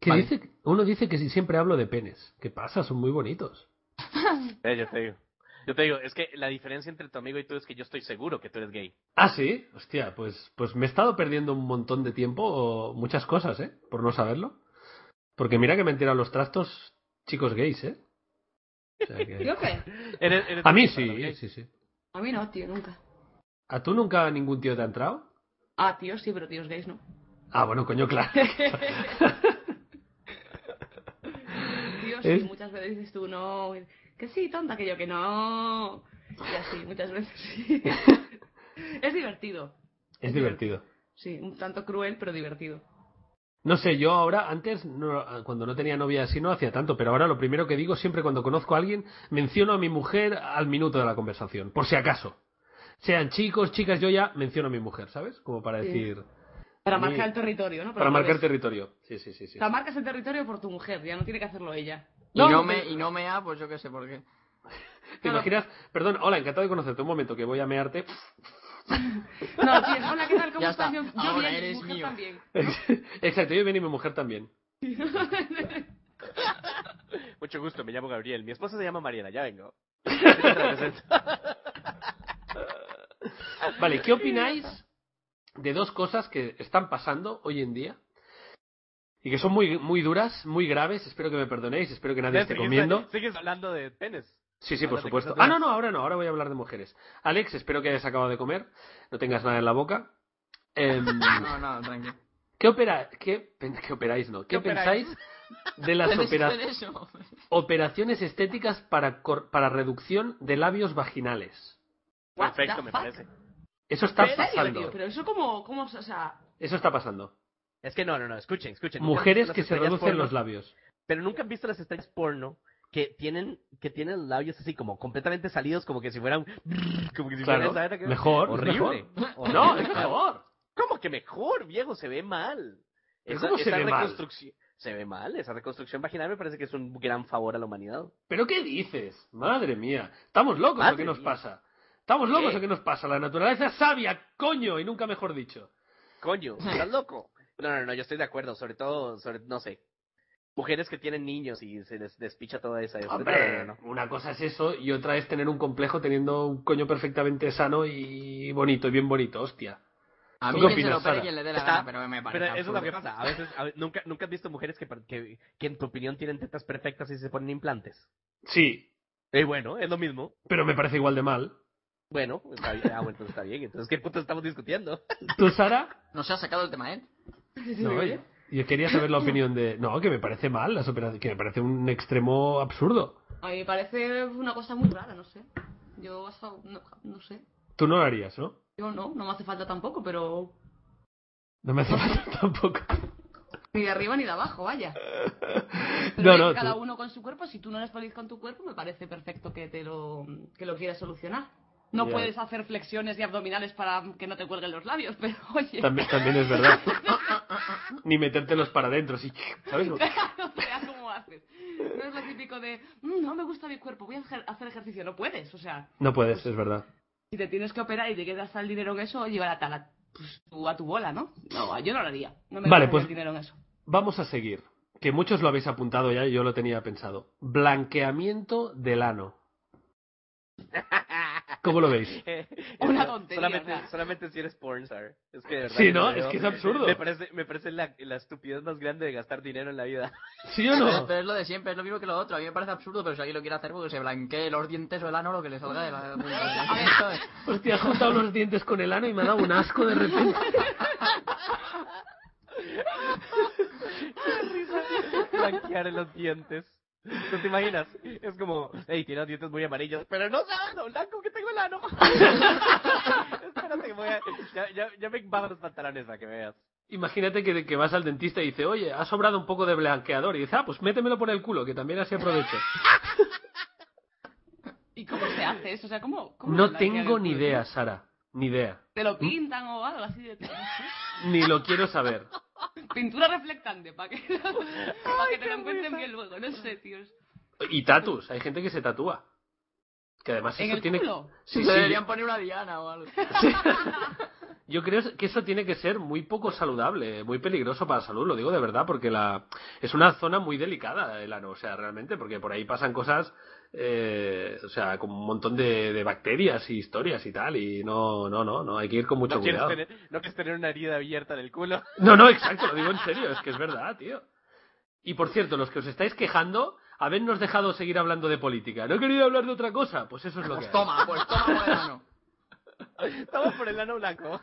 Que Vale. dice, uno dice que si siempre hablo de penes. ¿Qué pasa? Son muy bonitos. Eh, yo te digo. Yo te digo, es que la diferencia entre tu amigo y tú es que yo estoy seguro que tú eres gay. Ah, sí, hostia, pues, pues me he estado perdiendo un montón de tiempo, o muchas cosas, ¿eh? Por no saberlo. Porque mira que me han tirado los trastos chicos gays, ¿eh? O sea que- Creo que. Eres- eres A mí gay para los sí, ¿eh? gays. sí, sí. A mí no, tío, nunca. ¿A tú nunca ningún tío te ha entrado? Ah, tío, sí, pero tíos gays no. Ah, bueno, coño, claro. Tíos, ¿Eh? sí, muchas veces dices tú no. Que sí, tonta, que yo que no. Y así, muchas veces sí. es divertido. Es divertido. Sí, un tanto cruel, pero divertido. No sé, yo ahora, antes, no- cuando no tenía novia así, no hacía tanto, pero ahora lo primero que digo, siempre cuando conozco a alguien, menciono a mi mujer al minuto de la conversación, por si acaso. Sean chicos, chicas, yo ya menciono a mi mujer, ¿sabes? Como para Sí. decir. Para Sí. marcar el territorio, ¿no? Pero Para al marcar revés. territorio. Sí, sí, sí. sí. O sea, marcas el territorio por tu mujer, ya no tiene que hacerlo ella. Y no, me, y no me ha, pues yo qué sé por qué. ¿Te imaginas? Perdón, hola, encantado de conocerte. Un momento, que voy a mearte. No, tío, hola, ¿qué tal? ¿Cómo Ya estás? está, Yo, yo bien, ahora y mi eres mujer mío. también. Exacto, yo bien y mi mujer también. Mucho gusto, me llamo Gabriel. Mi esposa se llama Mariana, ya vengo. Vale, ¿qué opináis de dos cosas que están pasando hoy en día? Y que son muy, muy duras, muy graves. Espero que me perdonéis, espero que nadie esté Sigues- comiendo. Sigues hablando de penes. Sí, sí, por Ahora te supuesto. cuento Ah, otra no, vez. no, ahora no, ahora voy a hablar de mujeres. Alex, espero que hayas acabado de comer, no tengas nada en la boca. Em, No, no, tranquilo. ¿Qué, opera, qué, pen- qué operáis, no? ¿Qué, ¿Qué operáis? pensáis de las ¿Puedes operaciones? hacer eso? Operaciones estéticas para, cor- para reducción de labios vaginales. What Perfecto, the me fuck? parece. Eso está ¿En serio, tío? pasando. Pero eso como, como, o sea, Eso está pasando. Es que no, no, no, escuchen, escuchen. ¿Nunca han Mujeres visto que las se estrellas reducen porno? los labios. Pero nunca han visto las estrellas porno que tienen que tienen los labios así como completamente salidos, como que si fueran. Como que si Claro, fueran esa- mejor, Horrible. Horrible. No, es mejor. ¿Cómo que mejor, viejo? Se ve mal. ¿Pero Esa, cómo se esa ve mal? reconstrucción, Se ve mal. Esa reconstrucción vaginal me parece que es un gran favor a la humanidad. ¿Pero qué dices? Madre mía. ¿Estamos locos o Madre qué nos mía. pasa? ¿Estamos locos ¿Qué? o qué nos pasa? La naturaleza es sabia, coño, y nunca mejor dicho. Coño, estás loco. No, no, no, yo estoy de acuerdo. Sobre todo, sobre, no sé. Mujeres que tienen niños y se les despicha toda esa. Hombre, No, no, no. una cosa es eso y otra es tener un complejo teniendo un coño perfectamente sano y bonito, y bien bonito, hostia. A ¿Tú mí qué que opinas, se lo opere Sara? quien le dé la Está- gana, pero me parece Pero eso es lo que absurdo. pasa. A veces, a ve- nunca, nunca has visto mujeres que, par- que, que en tu opinión tienen tetas perfectas y se ponen implantes. Sí, Y bueno, es lo mismo. pero me parece igual de mal. Bueno, está bien. Ah, bueno, entonces está bien. Entonces, ¿qué puto estamos discutiendo? ¿Tú, Sara? No se ha sacado el tema, ¿eh? No, yo, yo quería saber la opinión de. No, que me parece mal las operaciones, que me parece un extremo absurdo. a mí me parece una cosa muy rara, no sé. Yo, o sea, no, no sé. Tú no lo harías, ¿no? Yo no, no me hace falta tampoco, pero No me hace falta tampoco. ni de arriba ni de abajo, vaya. Pero No, no. oye, cada tú- uno con su cuerpo, si tú no eres feliz con tu cuerpo, me parece perfecto que te lo, que lo quieras solucionar. No Ya. puedes hacer flexiones y abdominales para que no te cuelguen los labios, pero oye, También, también es verdad. Ni metértelos para adentro, sí. ¿Sabes? no veas cómo haces. No es lo típico de, "Mm, no me gusta mi cuerpo, voy a ejer- hacer ejercicio. No puedes, o sea, No puedes, es verdad. si te tienes que operar y te quieres gastar el dinero en eso, llevar a, la, pues, tú a tu bola, ¿no? No, yo no lo haría. No me Vale, gastaría pues- el dinero en eso. Vamos a seguir. Que muchos lo habéis apuntado ya y yo lo tenía pensado. Blanqueamiento del ano. ¿Cómo lo veis? Eh, Una eso, tontería, Solamente, o sea. solamente si eres pornstar. Es que de verdad Sí, que ¿no? lo Es veo- que es absurdo. Me parece, me parece la, la estupidez más grande de gastar dinero en la vida. ¿Sí o Pero, no? pero es lo de siempre, es lo mismo que lo otro. A mí me parece absurdo, pero si alguien lo quiere hacer, porque se blanquee los dientes o el ano, lo que le salga de la... ¿sabes? Hostia, he juntado los dientes con el ano y me ha dado un asco de repente. blanquear en los dientes. ¿No te imaginas? Es como, hey, tiene los dientes muy amarillos, pero no sabes lo blanco que tengo el ano. Espérate, voy a... Ya, ya, ya me bajo los pantalones a que veas. Imagínate que, que vas al dentista y dice, oye, ha sobrado un poco de blanqueador. Y dice, ah, pues métemelo por el culo, que también así aprovecho. ¿Y cómo se hace eso? O sea, ¿cómo, cómo No blanquean el tengo ni culo? idea, Sara. Ni idea. ¿Te lo pintan o algo así? De... Ni lo quiero saber. Pintura reflectante, para que, para que te lo encuentren bien luego. No sé, tíos. Y tatus. Hay gente que se tatúa. Que además ¿En eso el tiene... culo? Sí, sí, Le deberían yo- poner una diana o algo. Yo creo que eso tiene que ser muy poco saludable, muy peligroso para la salud, lo digo de verdad, porque la es una zona muy delicada el ano, o sea, realmente, porque por ahí pasan cosas, eh, o sea, con un montón de, de bacterias y historias y tal, y no, no, no, no, hay que ir con mucho No quieres, cuidado. tener, no quieres tener una herida abierta en el culo. No, no, exacto, lo digo en serio, es que es verdad, tío. Y por cierto, los que os estáis quejando, habernos dejado seguir hablando de política. No he querido hablar de otra cosa, pues eso es lo que. Pues hay. toma, pues toma por el ano. Estamos por el ano blanco.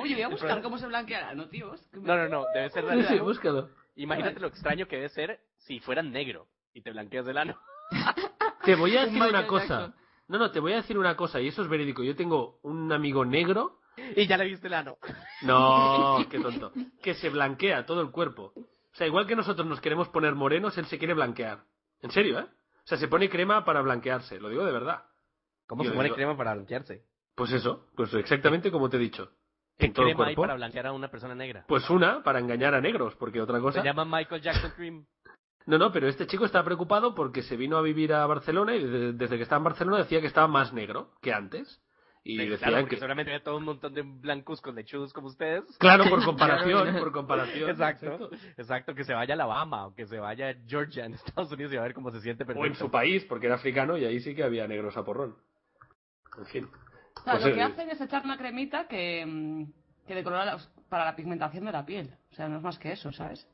Oye, voy a buscar cómo se blanqueará, ¿no, tíos? Que me- No, no, no, debe ser Sí, sí, blanco. búscalo. Imagínate lo extraño que debe ser si fueran negro y te blanqueas el ano. Te voy a Un decir Michael una cosa. Jackson. No, no, te voy a decir una cosa, y eso es verídico. Yo tengo un amigo negro. Y ya le viste el ano. No, qué tonto. Que se blanquea todo el cuerpo. O sea, igual que nosotros nos queremos poner morenos, él se quiere blanquear. En serio, ¿eh? O sea, se pone crema para blanquearse, lo digo de verdad. ¿Cómo Yo se pone digo- crema para blanquearse? Pues eso, pues exactamente como te he dicho. ¿Qué En todo el crema hay cuerpo. para blanquear a una persona negra? Pues una, para engañar a negros, porque otra Se cosa. llama Michael Jackson Cream. No, no, pero este chico está preocupado porque se vino a vivir a Barcelona y desde, desde que estaba en Barcelona decía que estaba más negro que antes. Y decían Sí, Pues, claro, porque que. seguramente había todo un montón de blancos con lechudos como ustedes. Claro, por comparación, por comparación. Exacto, exacto, que se vaya a Alabama o que se vaya a Georgia en Estados Unidos y a ver cómo se siente O en perfecto. su país, porque era africano y ahí sí que había negros a porrón. En fin. O sea, Pues, lo que eh, hacen es echar una cremita que, mm, que decolora la- para la pigmentación de la piel. O sea, no es más que eso, ¿sabes?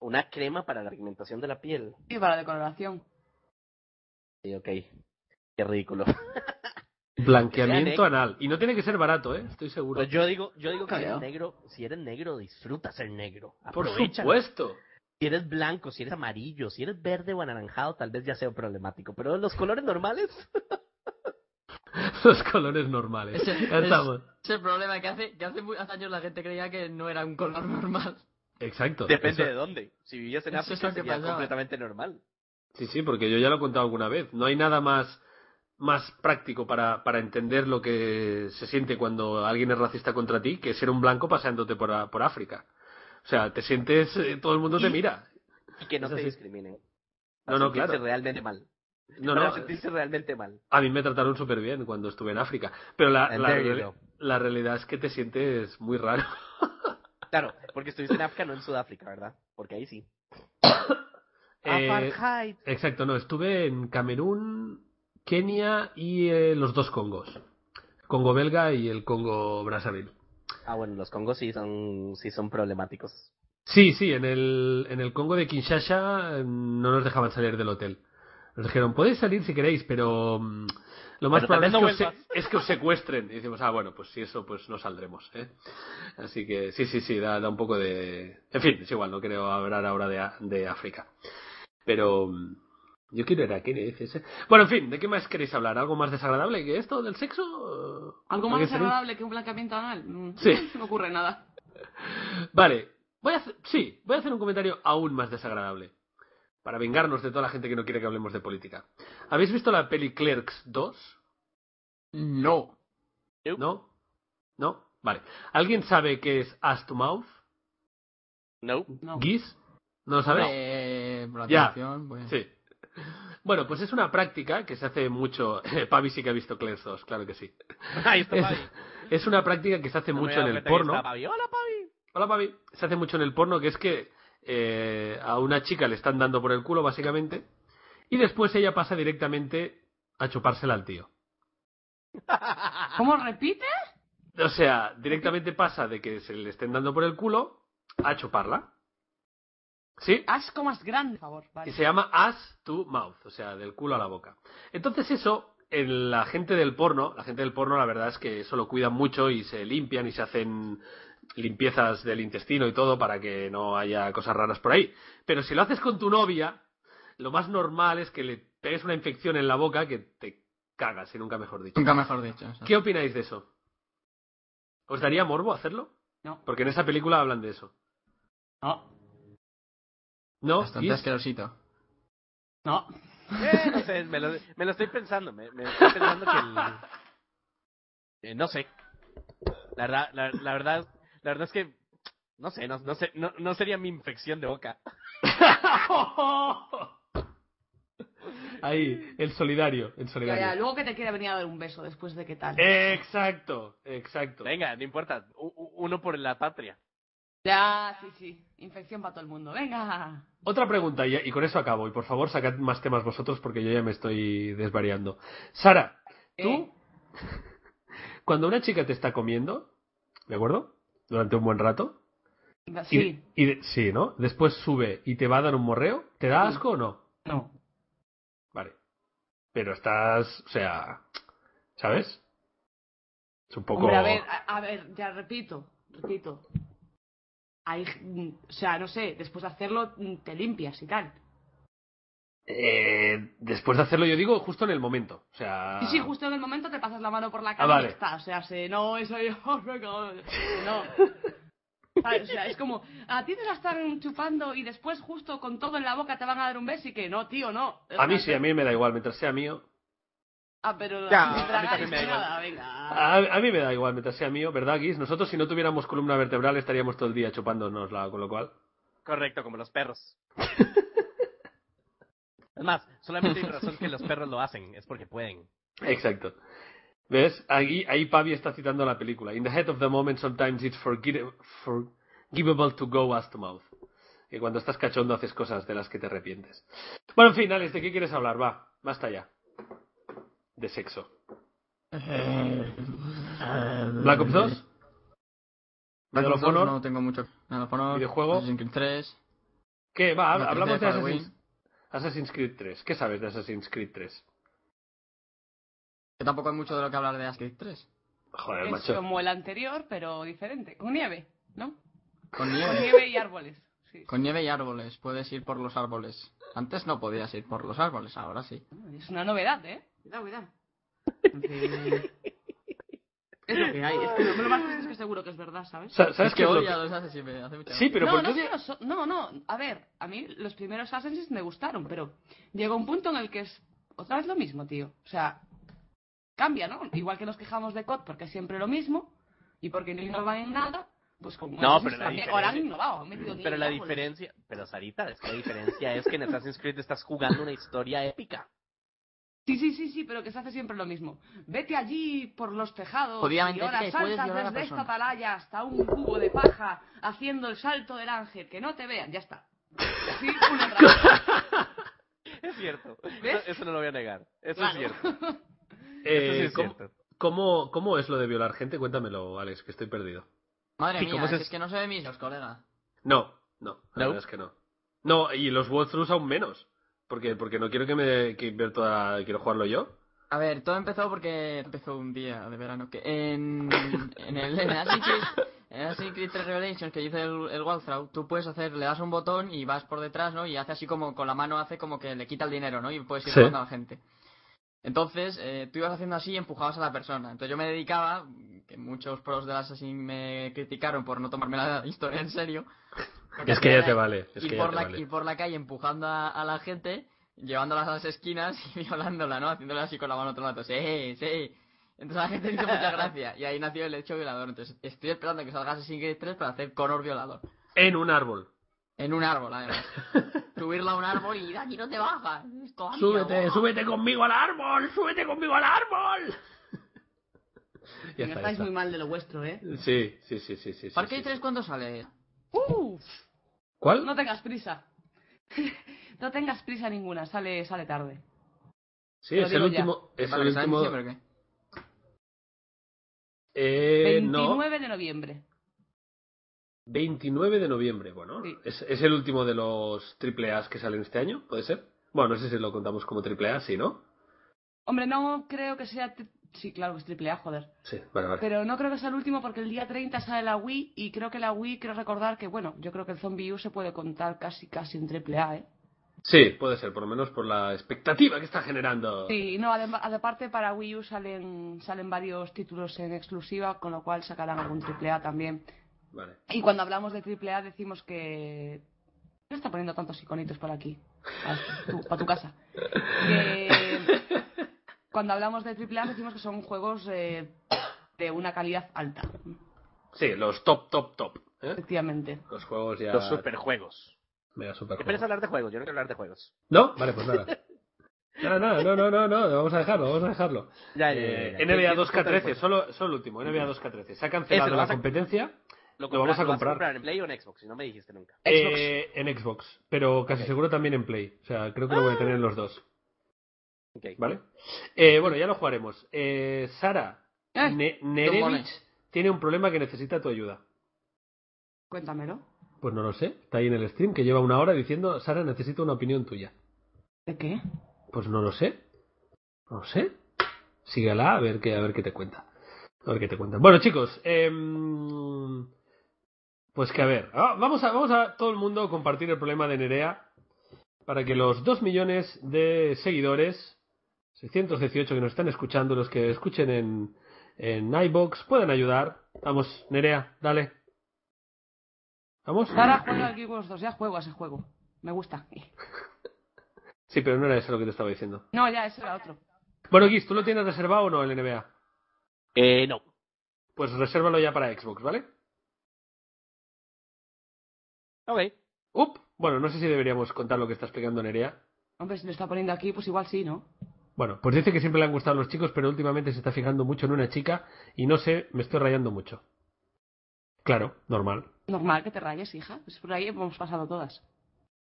Una crema para la pigmentación de la piel. Y para la decoloración. Sí, ok. Qué ridículo. Blanqueamiento Vean, eh. anal. Y no tiene que ser barato, ¿eh? Estoy seguro. Pues yo digo, yo digo que si Claro. eres negro, si eres negro, disfruta ser negro. Por Aprovéchalo. supuesto. Si eres blanco, si eres amarillo, si eres verde o anaranjado, tal vez ya sea problemático. Pero los colores normales, Los colores normales. Ese, Ya estamos. es- es el problema que hace, que hace mu- hace años la gente creía que no era un color normal. Exacto. depende Eso- de dónde. Si vivías en Eso es África, lo que sería pasaba. completamente normal. Sí, sí, porque yo ya lo he contado alguna vez. No hay nada más, más práctico para, para entender lo que se siente cuando alguien es racista contra ti que ser un blanco paseándote por, a- por África. O sea, te sientes, eh, todo el mundo te mira. Y que no Eso te sí. discriminen. No, no, claro. sentirse realmente mal. No, Para no, sentirse realmente mal. a mí me trataron súper bien cuando estuve en África. Pero la, And Ah, la, there you reali- go. la realidad es que te sientes muy raro. Claro, porque estuviste en África, no en Sudáfrica, ¿verdad? Porque ahí sí. Eh, Apartheid. exacto, no, estuve en Camerún, Kenia y eh, los dos Congos. Congo belga y el Congo brazzaville. Ah, bueno, los congos sí son, sí son problemáticos. Sí, sí, en el, en el Congo de Kinshasa eh, no nos dejaban salir del hotel. Nos dijeron, podéis salir si queréis, pero mm, lo más Pero probable también es, no que os, vuelvas". se- es que os secuestren. Y decimos, ah, bueno, pues si eso, pues no saldremos. ¿eh?". Así que sí, sí, sí, da, da un poco de... En fin, es igual, no creo hablar ahora de, A- de África. Pero mm, yo quiero ir a Kenia, dice ese. Bueno, en fin, ¿de qué más queréis hablar? ¿Algo más desagradable que esto del sexo? ¿Algo más ¿Por qué tenéis- desagradable que un blanqueamiento anal? Mm, Sí. No se me ocurre nada. Vale, voy a hacer, sí, voy a hacer un comentario aún más desagradable. Para vengarnos de toda la gente que no quiere que hablemos de política. ¿Habéis visto la peli Clerks 2? No. ¿No? ¿No? Vale. ¿Alguien sabe qué es Ass to Mouth? No. No. ¿Gis? ¿No lo sabes? Eh, por la Ya. traducción, pues. Sí. Bueno, pues es una práctica que se hace mucho. Pavi sí que ha visto Clerks 2, claro que sí. Ahí está Es, Pavi. es una práctica que se hace No me Este mucho había dado en el cuenta que porno. estaba Pavi. Hola, Pavi. Hola, papi. Se hace mucho en el porno que es que eh, a una chica le están dando por el culo, básicamente, y después ella pasa directamente a chupársela al tío. ¿Cómo repite? O sea, directamente pasa de que se le estén dando por el culo a chuparla. ¿Sí? Asco más grande, por favor. Y Vale. se llama ass to mouth, o sea, del culo a la boca. Entonces eso, en la gente del porno, la gente del porno la verdad es que eso lo cuidan mucho y se limpian y se hacen limpiezas del intestino y todo para que no haya cosas raras por ahí. Pero si lo haces con tu novia, lo más normal es que le pegues una infección en la boca que te cagas, y nunca mejor dicho. Nunca mejor dicho. o sea. ¿Qué opináis de eso? ¿Os daría morbo hacerlo? No. Porque en esa película hablan de eso. No, ¿No? Bastante ¿Gis? asquerosito. no. Eh, no sé, me lo, me lo estoy pensando. Me, me estoy pensando que el... eh, no sé. La verdad, la, la verdad, la verdad es que no sé, no, no sé, no, no sería mi infección de boca. Ahí, el solidario, el Ya, ya, solidario. luego que te quiera venir a dar un beso después de qué tal. Eh. Exacto, exacto. Venga, no importa, u- u- uno por la patria. Ya, sí, sí. Infección para todo el mundo. Venga. Otra pregunta, y, y con eso acabo. Y por favor, sacad más temas vosotros porque yo ya me estoy desvariando. Sara, tú, ¿Eh? cuando una chica te está comiendo, ¿de acuerdo? Durante un buen rato. y- Sí. Y, de- sí, ¿no? Después sube y te va a dar un morreo. ¿Te da asco o no? No. Vale. Pero estás, o sea, ¿sabes? Es un poco... Hombre, a ver, a, a ver, ya repito, repito. Hay, mm, o sea, no sé, después de hacerlo mm, te limpias y tal. Eh, después de hacerlo, yo digo, justo en el momento. O sea... Sí, sí, justo en el momento te pasas la mano por la Ah, cara y vale. ya está. O sea, se, no, eso yo, no. ¿Sabes? O sea, es como, a ti te la están chupando y después justo con todo en la boca te van a dar un beso y que no, tío, no. A mí sí, a mí me da igual, mientras sea mío. Ah, pero Ya, sin a mí tragar también es me da que igual. nada, venga. A, a mí me da igual, mientras sea mío, ¿verdad, Guis? Nosotros si no tuviéramos columna vertebral estaríamos todo el día chupándonosla, con lo cual... Correcto, como los perros. Es más, solamente hay razón que los perros lo hacen, es porque pueden. Exacto. ¿Ves? Ahí, ahí Pavi está citando la película. In the head of the moment sometimes it's forgi- forgivable to go as to mouth. Que cuando estás cachondo haces cosas de las que te arrepientes. Bueno, en fin, Alex, ¿de qué quieres hablar? Va, basta ya. De sexo. Eh, ¿Black Ops 2? Black Ops 2 Honor? No tengo mucho. Medal of Honor, ¿Videojuego? Assassin's Creed 3. ¿Qué? Va, Assassin's hablamos de Creed Assassin's, Halloween, Assassin's Creed 3. ¿Qué sabes de Assassin's Creed 3? Que tampoco hay mucho de lo que hablar de Assassin's Creed 3. Joder, Es macho. como el anterior, pero diferente. Con nieve, ¿no? Con Con nieve. nieve y árboles. Sí. Con nieve y árboles. Puedes ir por los árboles. Antes no podías ir por los árboles, ahora sí. Es una novedad, ¿eh? Cuidado, cuidado. En fin. Es lo que hay. Es que lo más triste es que seguro que es verdad, ¿sabes? Sa- ¿Sabes es que qué es lo odio que- a los Assassin's Creed, hace mucha Sí, pero no, ¿por no, qué es que odia- los- no, no. A ver, a mí los primeros Assassin's me gustaron, pero llega un punto en el que es otra vez lo mismo, tío. O sea, cambia, ¿no? Igual que nos quejamos de COD porque es siempre lo mismo y porque no innovan en nada, pues como No, Assassin's pero la también, ahora han diferencia- innovado, han metido Pero la árboles. diferencia, pero Sarita, es que la diferencia es que en Assassin's Creed estás jugando una historia épica. Sí, sí, sí, sí, pero que se hace siempre lo mismo. Vete allí por los tejados Podía y mentirte ahora que puedes saltas violar a la desde esta persona. atalaya hasta un cubo de paja haciendo el salto del ángel, que no te vean, ya está. Sí, una otra vez. Es cierto. ¿Ves? Eso, eso no lo voy a negar. Eso Claro. es cierto. Eso sí eh, es ¿cómo, cierto. cómo, cómo es lo de violar gente? Cuéntamelo, Alex, que estoy perdido. Madre ¿Y mía, cómo es, se- que no se ven mis los colegas. No, no, la No. verdad es que no. No, y los walkthroughs aún menos. Porque, porque no quiero que me que invierto a- Quiero jugarlo yo. A ver, todo empezó porque empezó un día de verano que en, en el en Assassin's Creed, en Assassin's Creed 3 Revelations que dice el, el walkthrough, tú puedes hacer, le das un botón y vas por detrás, ¿no? Y hace así como con la mano hace como que le quita el dinero, ¿no? Y puedes ir Sí. jugando a la gente. Entonces, eh, tú ibas haciendo así y empujabas a la persona. Entonces yo me dedicaba, que muchos pros del Assassin me criticaron por no tomarme la historia en serio. porque Es que ya hacía- te vale. Es ir, que ya por te la, vale. ir por la calle empujando a, a la gente, llevándolas a las esquinas y violándola, ¿no? Haciéndola así con la mano todo el rato. ¡Sí, sí! Entonces la gente le hizo mucha gracia. Y ahí nació el hecho violador. Entonces estoy esperando que salga Assassin's Creed 3 para hacer Connor violador. En un árbol. En un árbol, además. Subirla a un árbol y de aquí no te bajas. Esto anda, ¡Súbete, guau. súbete conmigo al árbol! ¡Súbete conmigo al árbol! ya está, No ya estáis está. muy mal de lo vuestro, ¿eh? Sí, sí, sí, sí. sí, sí, ¿Far Cry sí. 3 cuándo sale? Uf, ¿Cuál? no tengas prisa. no tengas prisa ninguna, sale, sale tarde. sí, te lo es el digo ya. último. Es ¿Vale, el sale en último. diciembre o qué? Eh, no. 29 de noviembre. 29 de noviembre, bueno, Sí. es, es el último de los triple A's que salen este año, ¿puede ser? Bueno, no sé si lo contamos como triple A, sí, ¿no? Hombre, no creo que sea tri- Sí, claro, es triple A, joder. Sí, vale, vale. Pero no creo que sea el último porque el día 30 sale la Wii y creo que la Wii, quiero recordar que, bueno, yo creo que el Zombie U se puede contar casi, casi en triple A, ¿eh? Sí, puede ser, por lo menos por la expectativa que está generando. Sí, no, adem- aparte para Wii U salen, salen varios títulos en exclusiva, con lo cual sacarán algún triple A también. Vale. Y cuando hablamos de triple A decimos que... ¿Qué está poniendo tantos iconitos por aquí? Para tu, para tu casa. Que Cuando hablamos de triple A decimos que son juegos eh, de una calidad alta, Sí, los top, top, top. ¿eh? efectivamente. Los juegos ya. Los superjuegos. Mega ¿Qué superjuegos. piensas hablar de juegos? Yo no quiero hablar de juegos. ¿No? Vale, pues nada. Nada, nada, no, no, no, no, vamos a dejarlo, vamos a dejarlo. Ya, ya, ya, Eh, ya. NBA ¿Qué- qué- qué- 2K13, qué- solo, solo el último, NBA 2K13. Se ha Ese cancelado lo la vas a- competencia Lo, lo vamos a compras- comprar. en Play o en Xbox, si no me dijiste nunca. eh, en Xbox, pero casi seguro también en Play. O sea, creo que lo voy a tener en los dos. Ok. ¿Vale? Eh, bueno, ya lo jugaremos. Eh, Sara, Eh, Ne- Don Nerevich Bones. tiene un problema que necesita tu ayuda. Cuéntamelo. Pues no lo sé, está ahí en el stream que lleva una hora diciendo, Sara, necesito una opinión tuya. ¿De qué? Pues no lo sé. No lo sé. Síguela a ver qué, a ver qué te cuenta. A ver qué te cuenta. Bueno, chicos, em, pues que a ver. ah, Vamos a, vamos a todo el mundo compartir el problema de Nerea para que los 2 millones de seguidores, 618 que nos están escuchando, los que escuchen en, en iBox, puedan ayudar. Vamos, Nerea, dale. Vamos. Sara juega al Guild Wars 2, ya juego a ese juego. Me gusta. Sí, pero no era eso lo que te estaba diciendo. No, ya, ese era otro. Bueno, Guis, ¿tú lo tienes reservado o no el NBA? Eh, no. Pues resérvalo ya para Xbox, ¿vale? Ok. Up. Bueno, no sé si deberíamos contar lo que está explicando Nerea. Hombre, si lo está poniendo aquí, pues igual sí, ¿no? Bueno, pues dice que siempre le han gustado los chicos, pero últimamente se está fijando mucho en una chica y no sé, me estoy rayando mucho. Claro, normal. Normal que te rayes, hija. Pues por ahí hemos pasado todas.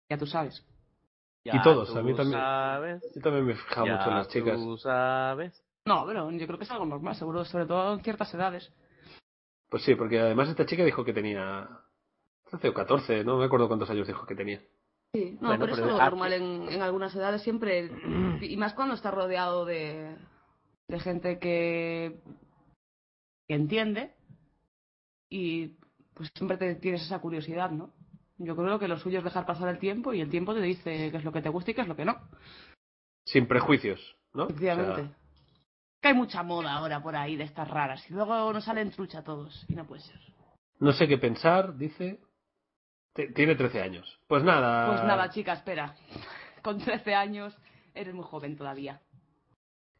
Ya tú sabes. Ya Y todos, tú a mí también. Sabes, Yo también me he fijado ya mucho en las chicas. Tú sabes. No, pero yo creo que es algo normal, seguro, sobre todo en ciertas edades. Pues sí, porque además esta chica dijo que tenía 13 o 14, no me acuerdo cuántos años dijo que tenía. Sí, no, Bueno, pero, es pero algo ah, normal en, en algunas edades siempre, y más cuando está rodeado de, de gente que, que entiende y pues siempre te- tienes esa curiosidad, ¿no? Yo creo que lo suyo es dejar pasar el tiempo y el tiempo te dice qué es lo que te gusta y qué es lo que no, Sin prejuicios, ¿no? O sea, efectivamente. Que hay mucha moda ahora por ahí de estas raras y luego nos salen trucha todos y no puede ser. no sé qué pensar, dice. T- tiene 13 años. Pues nada. Ah. Pues nada, chica, espera. Con 13 años eres muy joven todavía.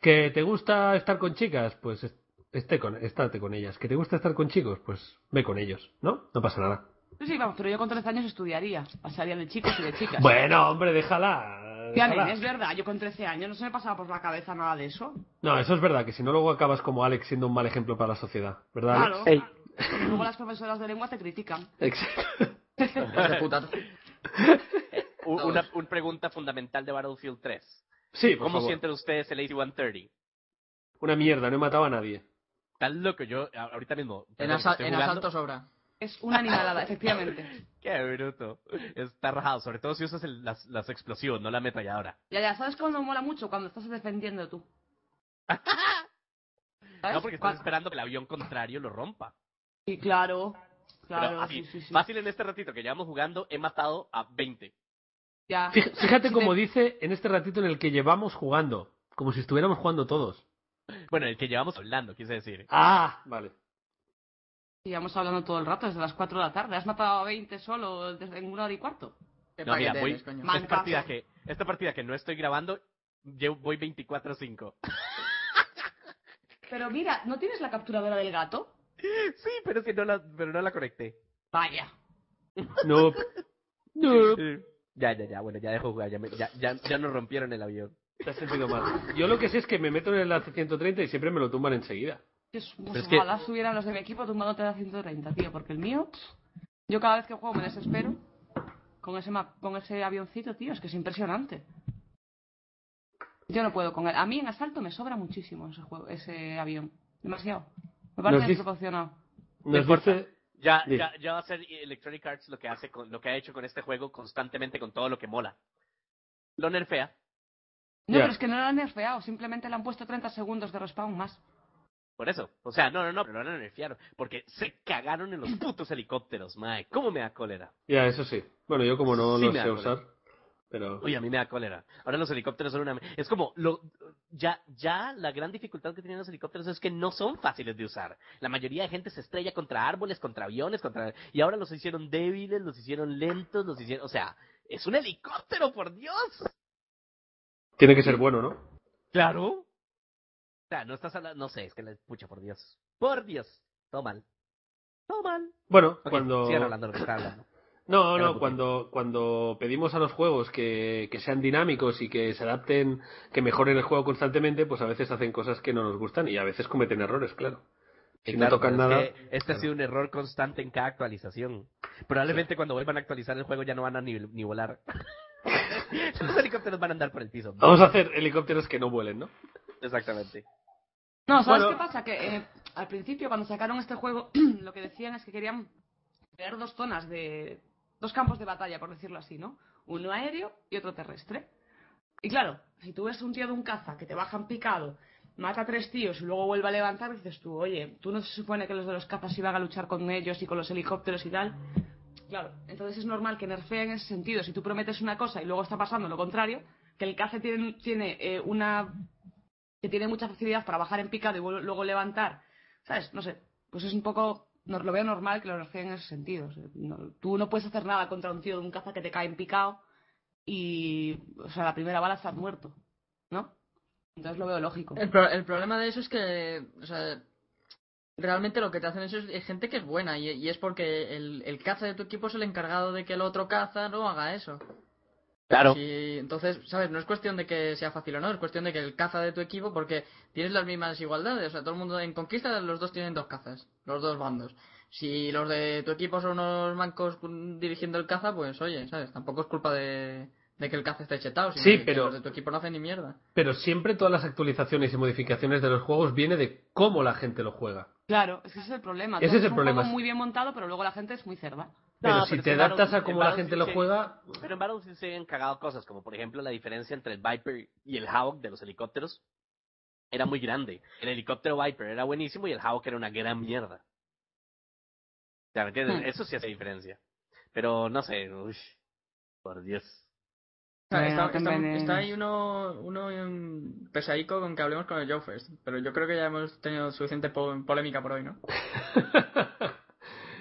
¿Que te gusta estar con chicas? Pues est- esté con, estate con ellas. ¿Que te gusta estar con chicos? Pues ve con ellos, ¿no? No pasa nada. Sí, sí, vamos, pero yo con 13 años estudiaría. Pasaría de chicos y de chicas. Bueno, hombre, déjala. Ya, nen, déjala. es verdad, yo con 13 años no se me pasaba por la cabeza nada de eso. No, eso es verdad, que si no luego acabas como Alex siendo un mal ejemplo para la sociedad, ¿verdad? Claro. Alex? Ey. Luego las profesoras de lengua te critican. Exacto. Hijos de puta. U- Todos. Una, una pregunta fundamental de Battlefield 3. Sí, por ¿Cómo favor. sienten ustedes el 8130? Una mierda, no he matado a nadie. Tan loco, yo a- ahorita mismo. En, perdón, asa- estoy en jugando. asalto sobra. Es una animalada, efectivamente. Qué bruto. Está rajado, sobre todo si usas el- las, las explosiones, no la ametralladora. Ya, ya, ¿sabes cuándo mola mucho? Cuando estás defendiendo tú. ¿Sabes? No, porque estás Cuando- esperando que el avión contrario lo rompa. Sí, claro. Pero Claro, así, sí, sí, sí. fácil en este ratito que llevamos jugando, he matado a 20. Ya. Fij- Fíjate Si como te- dice en este ratito en el que llevamos jugando, como si estuviéramos jugando todos. Bueno, el que llevamos hablando, quise decir. Ah, vale. Llevamos hablando todo el rato, desde las 4 de la tarde. Has matado a 20 solo desde- en una hora y cuarto. Qué No, mira, paquete voy- eres, coño. Ma- Esta partida, Mancazo. que, esta partida que no estoy grabando, yo voy 24-5. Pero mira, ¿no tienes la capturadora del gato? Sí, pero es que no la, pero no la conecté. Vaya. Nope. Nope. Eh, Ya, ya, ya, bueno, ya dejo jugar, ya, me- ya, ya, ya nos rompieron el avión. Te has sentido mal. Yo lo que sé es que me meto en el enlace 130 y siempre me lo tumban enseguida. Es, pues Pero es que- ojalá subieran los de mi equipo tumbándote a 130, tío, porque el mío, pff, yo cada vez que juego me desespero con ese ma- con ese avioncito, tío, es que es impresionante. Yo no puedo con él. A mí en asalto me sobra muchísimo ese juego, ese avión, demasiado. Me Nos parece dice- desproporcionado. Nos importa. dice- Ya, Sí. ya, ya va a ser Electronic Arts lo que hace con, lo que ha hecho con este juego constantemente con todo lo que mola. Lo nerfea. No, Ya. pero es que no lo han nerfeado, simplemente le han puesto 30 segundos de respawn más. Por eso. O sea, no, no, no, pero no lo nerfearon. Porque se cagaron en los putos helicópteros, mae. ¿Cómo me da cólera? Ya, eso sí. Bueno, yo como no Sí lo me sé da cólera. usar, pero... Uy, a mí me da cólera. Ahora los helicópteros son una... me- Es como, lo, ya, ya la gran dificultad que tienen los helicópteros es que no son fáciles de usar. La mayoría de gente se estrella contra árboles, contra aviones, contra... Y ahora los hicieron débiles, los hicieron lentos, los hicieron... O sea, es un helicóptero, por Dios. Tiene que ser bueno, ¿no? Claro. O sea, no estás hablando... No sé, es que la pucha, por Dios. Por Dios. Todo mal. Todo mal. Bueno, Ok, cuando... sigan hablando de lo que están hablando. No, Claro, no, porque- cuando, cuando pedimos a los juegos que, que sean dinámicos y que se adapten, que mejoren el juego constantemente, pues a veces hacen cosas que no nos gustan y a veces cometen errores, claro. Si Eh, no claro, tocan pero es nada. que este claro. ha sido un error constante en cada actualización. Probablemente cuando vuelvan a actualizar el juego ya no van a ni, ni volar. Los helicópteros van a andar por el piso. Vamos a hacer helicópteros que no vuelen, ¿no? Exactamente. No, ¿sabes Bueno. qué pasa? Que eh, al principio, cuando sacaron este juego, lo que decían es que querían tener dos zonas de. dos campos de batalla, por decirlo así, ¿no? Uno aéreo y otro terrestre. Y claro, si tú ves un tío de un caza que te bajan picado, mata a tres tíos y luego vuelve a levantar, dices tú, oye, tú no se supone que los de los cazas iban a luchar con ellos y con los helicópteros y tal. Claro, entonces es normal que nerfeen en ese sentido. Si tú prometes una cosa y luego está pasando lo contrario, que el caza tiene, tiene eh, una que tiene mucha facilidad para bajar en picado y vuel- luego levantar, ¿sabes? No sé, pues es un poco, no- lo veo normal que lo nerfeen en ese sentido. O sea, no- tú no puedes hacer nada contra un tío de un caza que te cae en picado y, o sea, la primera bala estás muerto, ¿no? Entonces lo veo lógico. El, pro- el problema de eso es que, o sea, realmente lo que te hacen eso es, es gente que es buena y, y es porque el, el caza de tu equipo es el encargado de que el otro caza no haga eso. Claro. Sí, entonces, ¿sabes? No es cuestión de que sea fácil o no, es cuestión de que el caza de tu equipo, porque tienes las mismas igualdades. O sea, todo el mundo en conquista, los dos tienen dos cazas, los dos bandos. Si los de tu equipo son unos mancos mm, dirigiendo el caza, pues oye, ¿sabes? Tampoco es culpa de, de que el caza esté chetado, sino Sí, que pero- los de tu equipo no hacen ni mierda. Pero siempre todas las actualizaciones y modificaciones de los juegos viene de cómo la gente lo juega. Claro, es que ese es el problema. Ese Tú es el haces un juego problema. muy bien montado, pero luego la gente es muy cerda. Pero No, si pero te es que adaptas Battlefield- a cómo la Battlefield gente lo sí- juega, Pero en Battlefield sí se habían cagado cosas, como por ejemplo la diferencia entre el Viper y el Hawk de los helicópteros era muy grande. El helicóptero Viper era buenísimo y el Hawk era una gran mierda. O sea, ¿me entiendes? Hmm. Eso sí hace diferencia. Pero no sé, uy, por Dios. O sea, Bueno, está, te está- envenenas. está ahí uno, uno em, pesadico con que hablemos con el Joe first, pero yo creo que ya hemos tenido suficiente po- polémica por hoy, ¿no?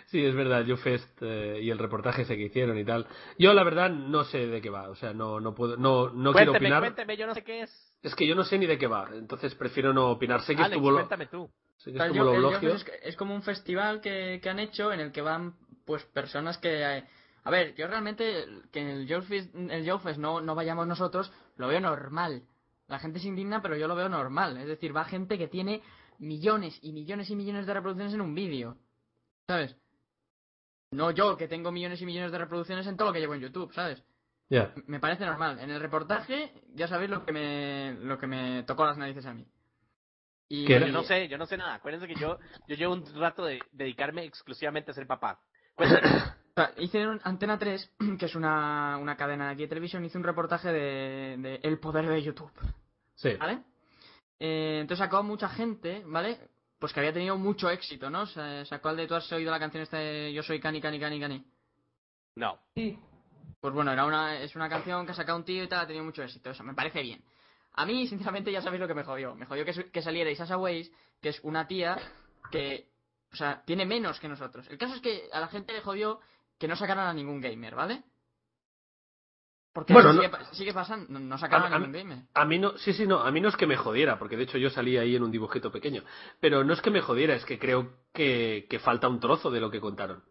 Sí, es verdad, yo Fest eh, y el reportaje ese que hicieron y tal. Yo la verdad no sé de qué va, o sea, no no puedo no no quiero cuénteme, opinar. cuénteme, yo no sé qué es. Es que yo no sé ni de qué va, entonces prefiero no opinar. Sé que Alex, estuvo lo, cuéntame tú. sé que O sea, estuvo yo- lo el blogio. Joe Fest es, es como un festival que, que han hecho en el que van pues personas que... eh, a ver, yo realmente que en el Joe Fest- en el Joe Fest no, no vayamos nosotros, lo veo normal. La gente se indigna, pero yo lo veo normal. Es decir, va gente que tiene millones y millones y millones de reproducciones en un vídeo. ¿Sabes? No yo, que tengo millones y millones de reproducciones en todo lo que llevo en YouTube, ¿sabes? Ya. me parece normal. En el reportaje, ya sabéis lo que me, lo que me tocó las narices a mí. Y ¿Qué era? Yo no sé, yo no sé nada. Acuérdense que yo, yo llevo un rato de dedicarme exclusivamente a ser papá. Cuéntame. o sea, hice un- Antena 3, que es una, una cadena de aquí de televisión, hice un reportaje de, de El poder de YouTube, Sí. ¿vale? Eh, entonces sacó a mucha gente, ¿vale? Pues que había tenido mucho éxito, ¿no? O sea, sacó al de tú has oído la canción esta de Yo soy Cani, Cani, Cani, Cani. No. Sí. Pues bueno, era una, es una canción que ha sacado un tío y tal, ha tenido mucho éxito, eso me parece bien. A mí, sinceramente, ya sabéis lo que me jodió. Me jodió que, su- que saliera Isasa Weiss, que es una tía que, o sea, tiene menos que nosotros. El caso es que a la gente le jodió que no sacaran a ningún gamer, ¿vale? Porque Bueno, sigue, no- pa- sigue pasando, no, no sacaron A- a, a- ningún gamer. A mí no, sí, sí, no, a mí no es que me jodiera, porque de hecho yo salí ahí en un dibujito pequeño, pero no es que me jodiera, es que creo que, que falta un trozo de lo que contaron.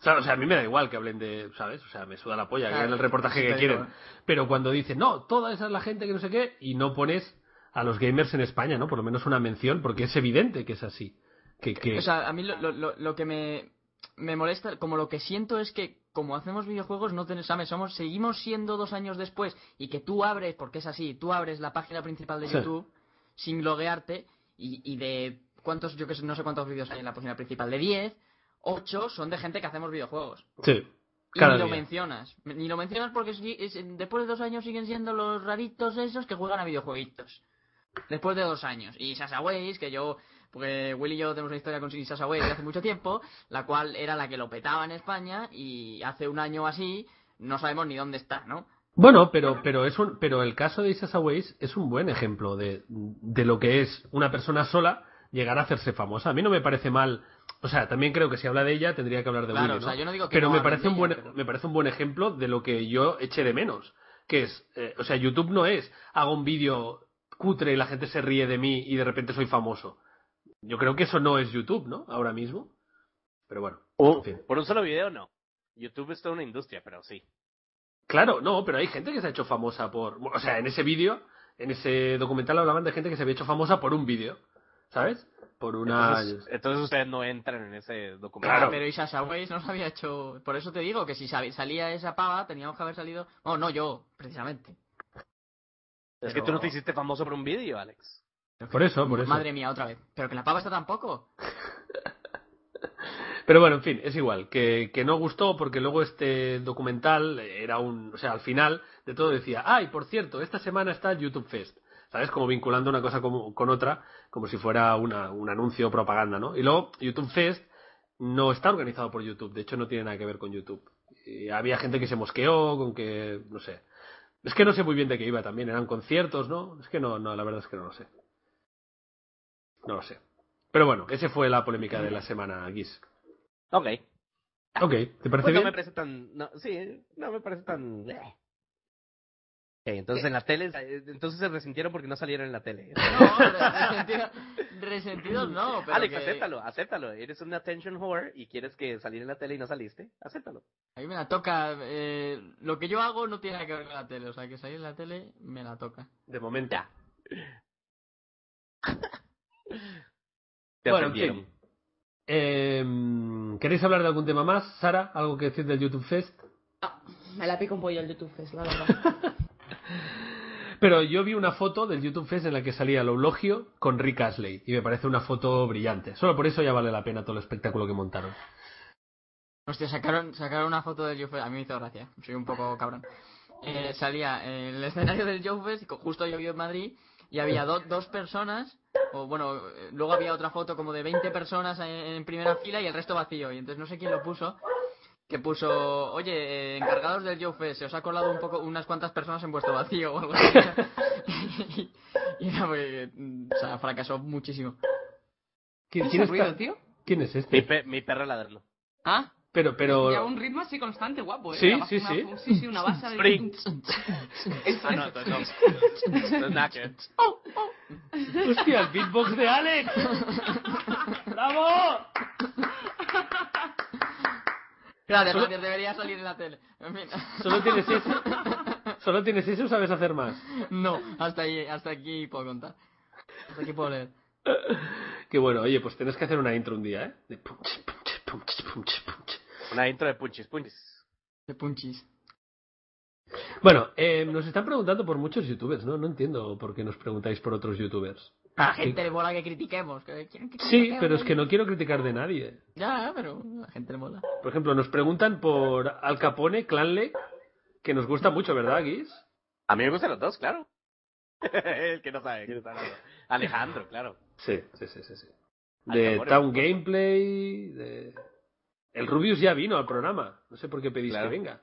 O sea, o sea, a mí me da igual que hablen de, ¿sabes? O sea, me suda la polla, que Claro, hagan el reportaje sí que te digo, quieren. ¿eh? Pero cuando dicen, no, toda esa es la gente que no sé qué, y no pones a los gamers en España, ¿no? Por lo menos una mención, porque es evidente que es así. Que, que... O sea, a mí lo, lo- lo- lo que me, me molesta, como lo que siento es que como hacemos videojuegos no tenemos, ¿sabes? Somos, seguimos siendo dos años después y que tú abres, porque es así, tú abres la página principal de Sí. YouTube sin loguearte y, y de cuántos, yo que sé, no sé cuántos vídeos hay en la página principal, de 10, 8 son de gente que hacemos videojuegos. sí. Y Cada ni lo día. mencionas, ni lo mencionas porque si- es- después de dos años siguen siendo los raritos esos que juegan a videojueguitos. Después de dos años. Y Sasha Weiss, que yo Porque Will y yo tenemos una historia con Shin Sasaway de hace mucho tiempo, la cual era la que lo petaba en España y hace un año o así no sabemos ni dónde está, ¿no? Bueno, pero, pero, es un, pero el caso de Isasa Ways es un buen ejemplo de, de lo que es una persona sola llegar a hacerse famosa. A mí no me parece mal. O sea, también creo que si habla de ella tendría que hablar de Claro, Willy, o sea, yo no digo que pero no me hablen parece de un ella, buen pero- me parece un buen ejemplo de lo que yo eché de menos, que es, eh, o sea, YouTube no es hago un vídeo cutre y la gente se ríe de mí y de repente soy famoso. Yo creo que eso no es YouTube, ¿no? Ahora mismo. Pero bueno. en fin. Por un solo video, no. YouTube es toda una industria, pero sí. Claro, no, pero hay gente que se ha hecho famosa por. O sea, en ese vídeo, en ese documental hablaban de gente que se había hecho famosa por un vídeo, ¿sabes? Por una. Entonces, entonces ustedes no entran en ese documento. Claro. Pero Isha Saways no nos había hecho. Por eso te digo que si sab- salía esa pava, teníamos que haber salido. No, no, yo, precisamente. Es que tú no te hiciste famoso por un vídeo, Alex. Por eso, por eso. Madre mía, otra vez. Pero que la pava está tampoco. Pero bueno, en fin, es igual. Que, que no gustó porque luego este documental era un. O sea, al final de todo decía, ay, por cierto, esta semana está el YouTube Fest. ¿Sabes? Como vinculando una cosa como- con, otra, como si fuera una, un anuncio o propaganda, ¿no? Y luego, YouTube Fest no está organizado por YouTube. De hecho, no tiene nada que ver con YouTube. Y había gente que se mosqueó con que. No sé. Es que no sé muy bien de qué iba también. Eran conciertos, ¿no? Es que no, no, la verdad es que no lo sé. No lo sé. Pero bueno, esa fue la polémica de la semana, Guis. Ok. Ok, ¿te parece Pues no me bien? parece tan... No, sí, no me parece tan... eh. Ok, entonces en la tele... Entonces se resintieron porque no salieron en la tele. No, resentidos resentidos no, pero. Alex, que- acéptalo, acéptalo. Eres un attention whore y quieres que salir en la tele y no saliste. Acéptalo. A mí me la toca. eh, lo que yo hago no tiene nada que ver con la tele. O sea, que salir en la tele me la toca. De momento. Ya. Te Bueno, en ofendieron. fin. Eh, ¿Queréis hablar de algún tema más? Sara, ¿algo que decir del YouTube Fest? Me la pico un pollo el YouTube Fest, la verdad. Pero yo vi una foto del YouTube Fest en la que salía Loulogio con Rick Astley y me parece una foto brillante. Solo por eso ya vale la pena todo el espectáculo que montaron. Hostia, sacaron, sacaron una foto del Jofest. A mí me hizo gracia. Soy un poco cabrón. Eh, salía el escenario del Jofest, justo yo vivo en Madrid, y había do- dos personas. O bueno, eh, luego había otra foto como de 20 personas en, en primera fila y el resto vacío. Y entonces no sé quién lo puso. Que puso, oye, eh, encargados del Jofest, se os ha colado un poco unas cuantas personas en vuestro vacío o algo así. y, y era porque, mm, o sea, fracasó muchísimo. ¿Qui- ¿Ese ruido, está- tío? quién es Mi, este? pe- mi perro ladró. ¿Ah? Pero, pero... Ya un ritmo así constante, guapo, ¿eh? Sí, Una- sí, una- sí. un- sí, sí, una base de... Spring. Eso, Ah, no, eso. no, no. No es nada que ver. ¡Hostia, el beatbox de Alex! ¡Bravo! Gracias, Solo- gracias, debería salir en la tele. En fin. ¿Solo tienes eso? ¿Solo tienes eso o sabes hacer más? No, hasta ahí, hasta aquí puedo contar. Hasta aquí puedo leer. Que bueno, oye, pues tienes que hacer una intro un día, ¿eh? De pum, ch, pum, ch, pum, ch, pum, ch, pum, ch. Una intro de punchis, punchis. De punchis. Bueno, eh, nos están preguntando por muchos youtubers, ¿no? No entiendo por qué nos preguntáis por otros youtubers. La gente le mola que critiquemos. que quieren que Sí, critiquemos. pero es que no quiero criticar de nadie. Ya, pero la gente le mola. Por ejemplo, nos preguntan por Al Capone, Clan Lake, que nos gusta mucho, ¿verdad, Guis? A mí me gustan los dos, claro. El que no sabe, que no sabe. Alejandro, claro. Sí, sí, sí, sí. sí. Al De Capone, Town por supuesto. Gameplay, de... El Rubius ya vino al programa. No sé por qué pedís Claro. que venga.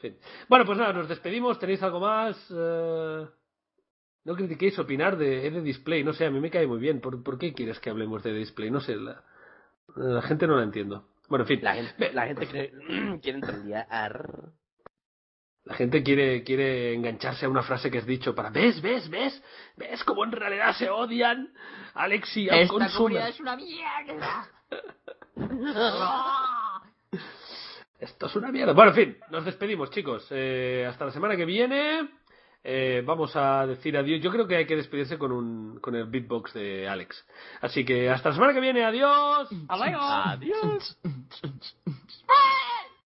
En fin. Bueno, pues nada, nos despedimos. ¿Tenéis algo más? Eh, No critiquéis opinar de, de Display. No sé, a mí me cae muy bien. ¿Por, por qué quieres que hablemos de Display? No sé, la, la gente no la entiendo. Bueno, en fin. La gente, Ve- la gente cree- quiere trolear. La gente quiere, quiere engancharse a una frase que has dicho para ¿Ves, ves, ves? ¿Ves cómo en realidad se odian Alex y Esta Consumer? comunidad es una mierda. Esto es una mierda. Bueno, en fin, nos despedimos, chicos. Eh, hasta la semana que viene. Eh, vamos a decir adiós. Yo creo que hay que despedirse con, un, con el beatbox de Alex. Así que hasta la semana que viene. Adiós. Hasta luego. Adiós. ¡Eh!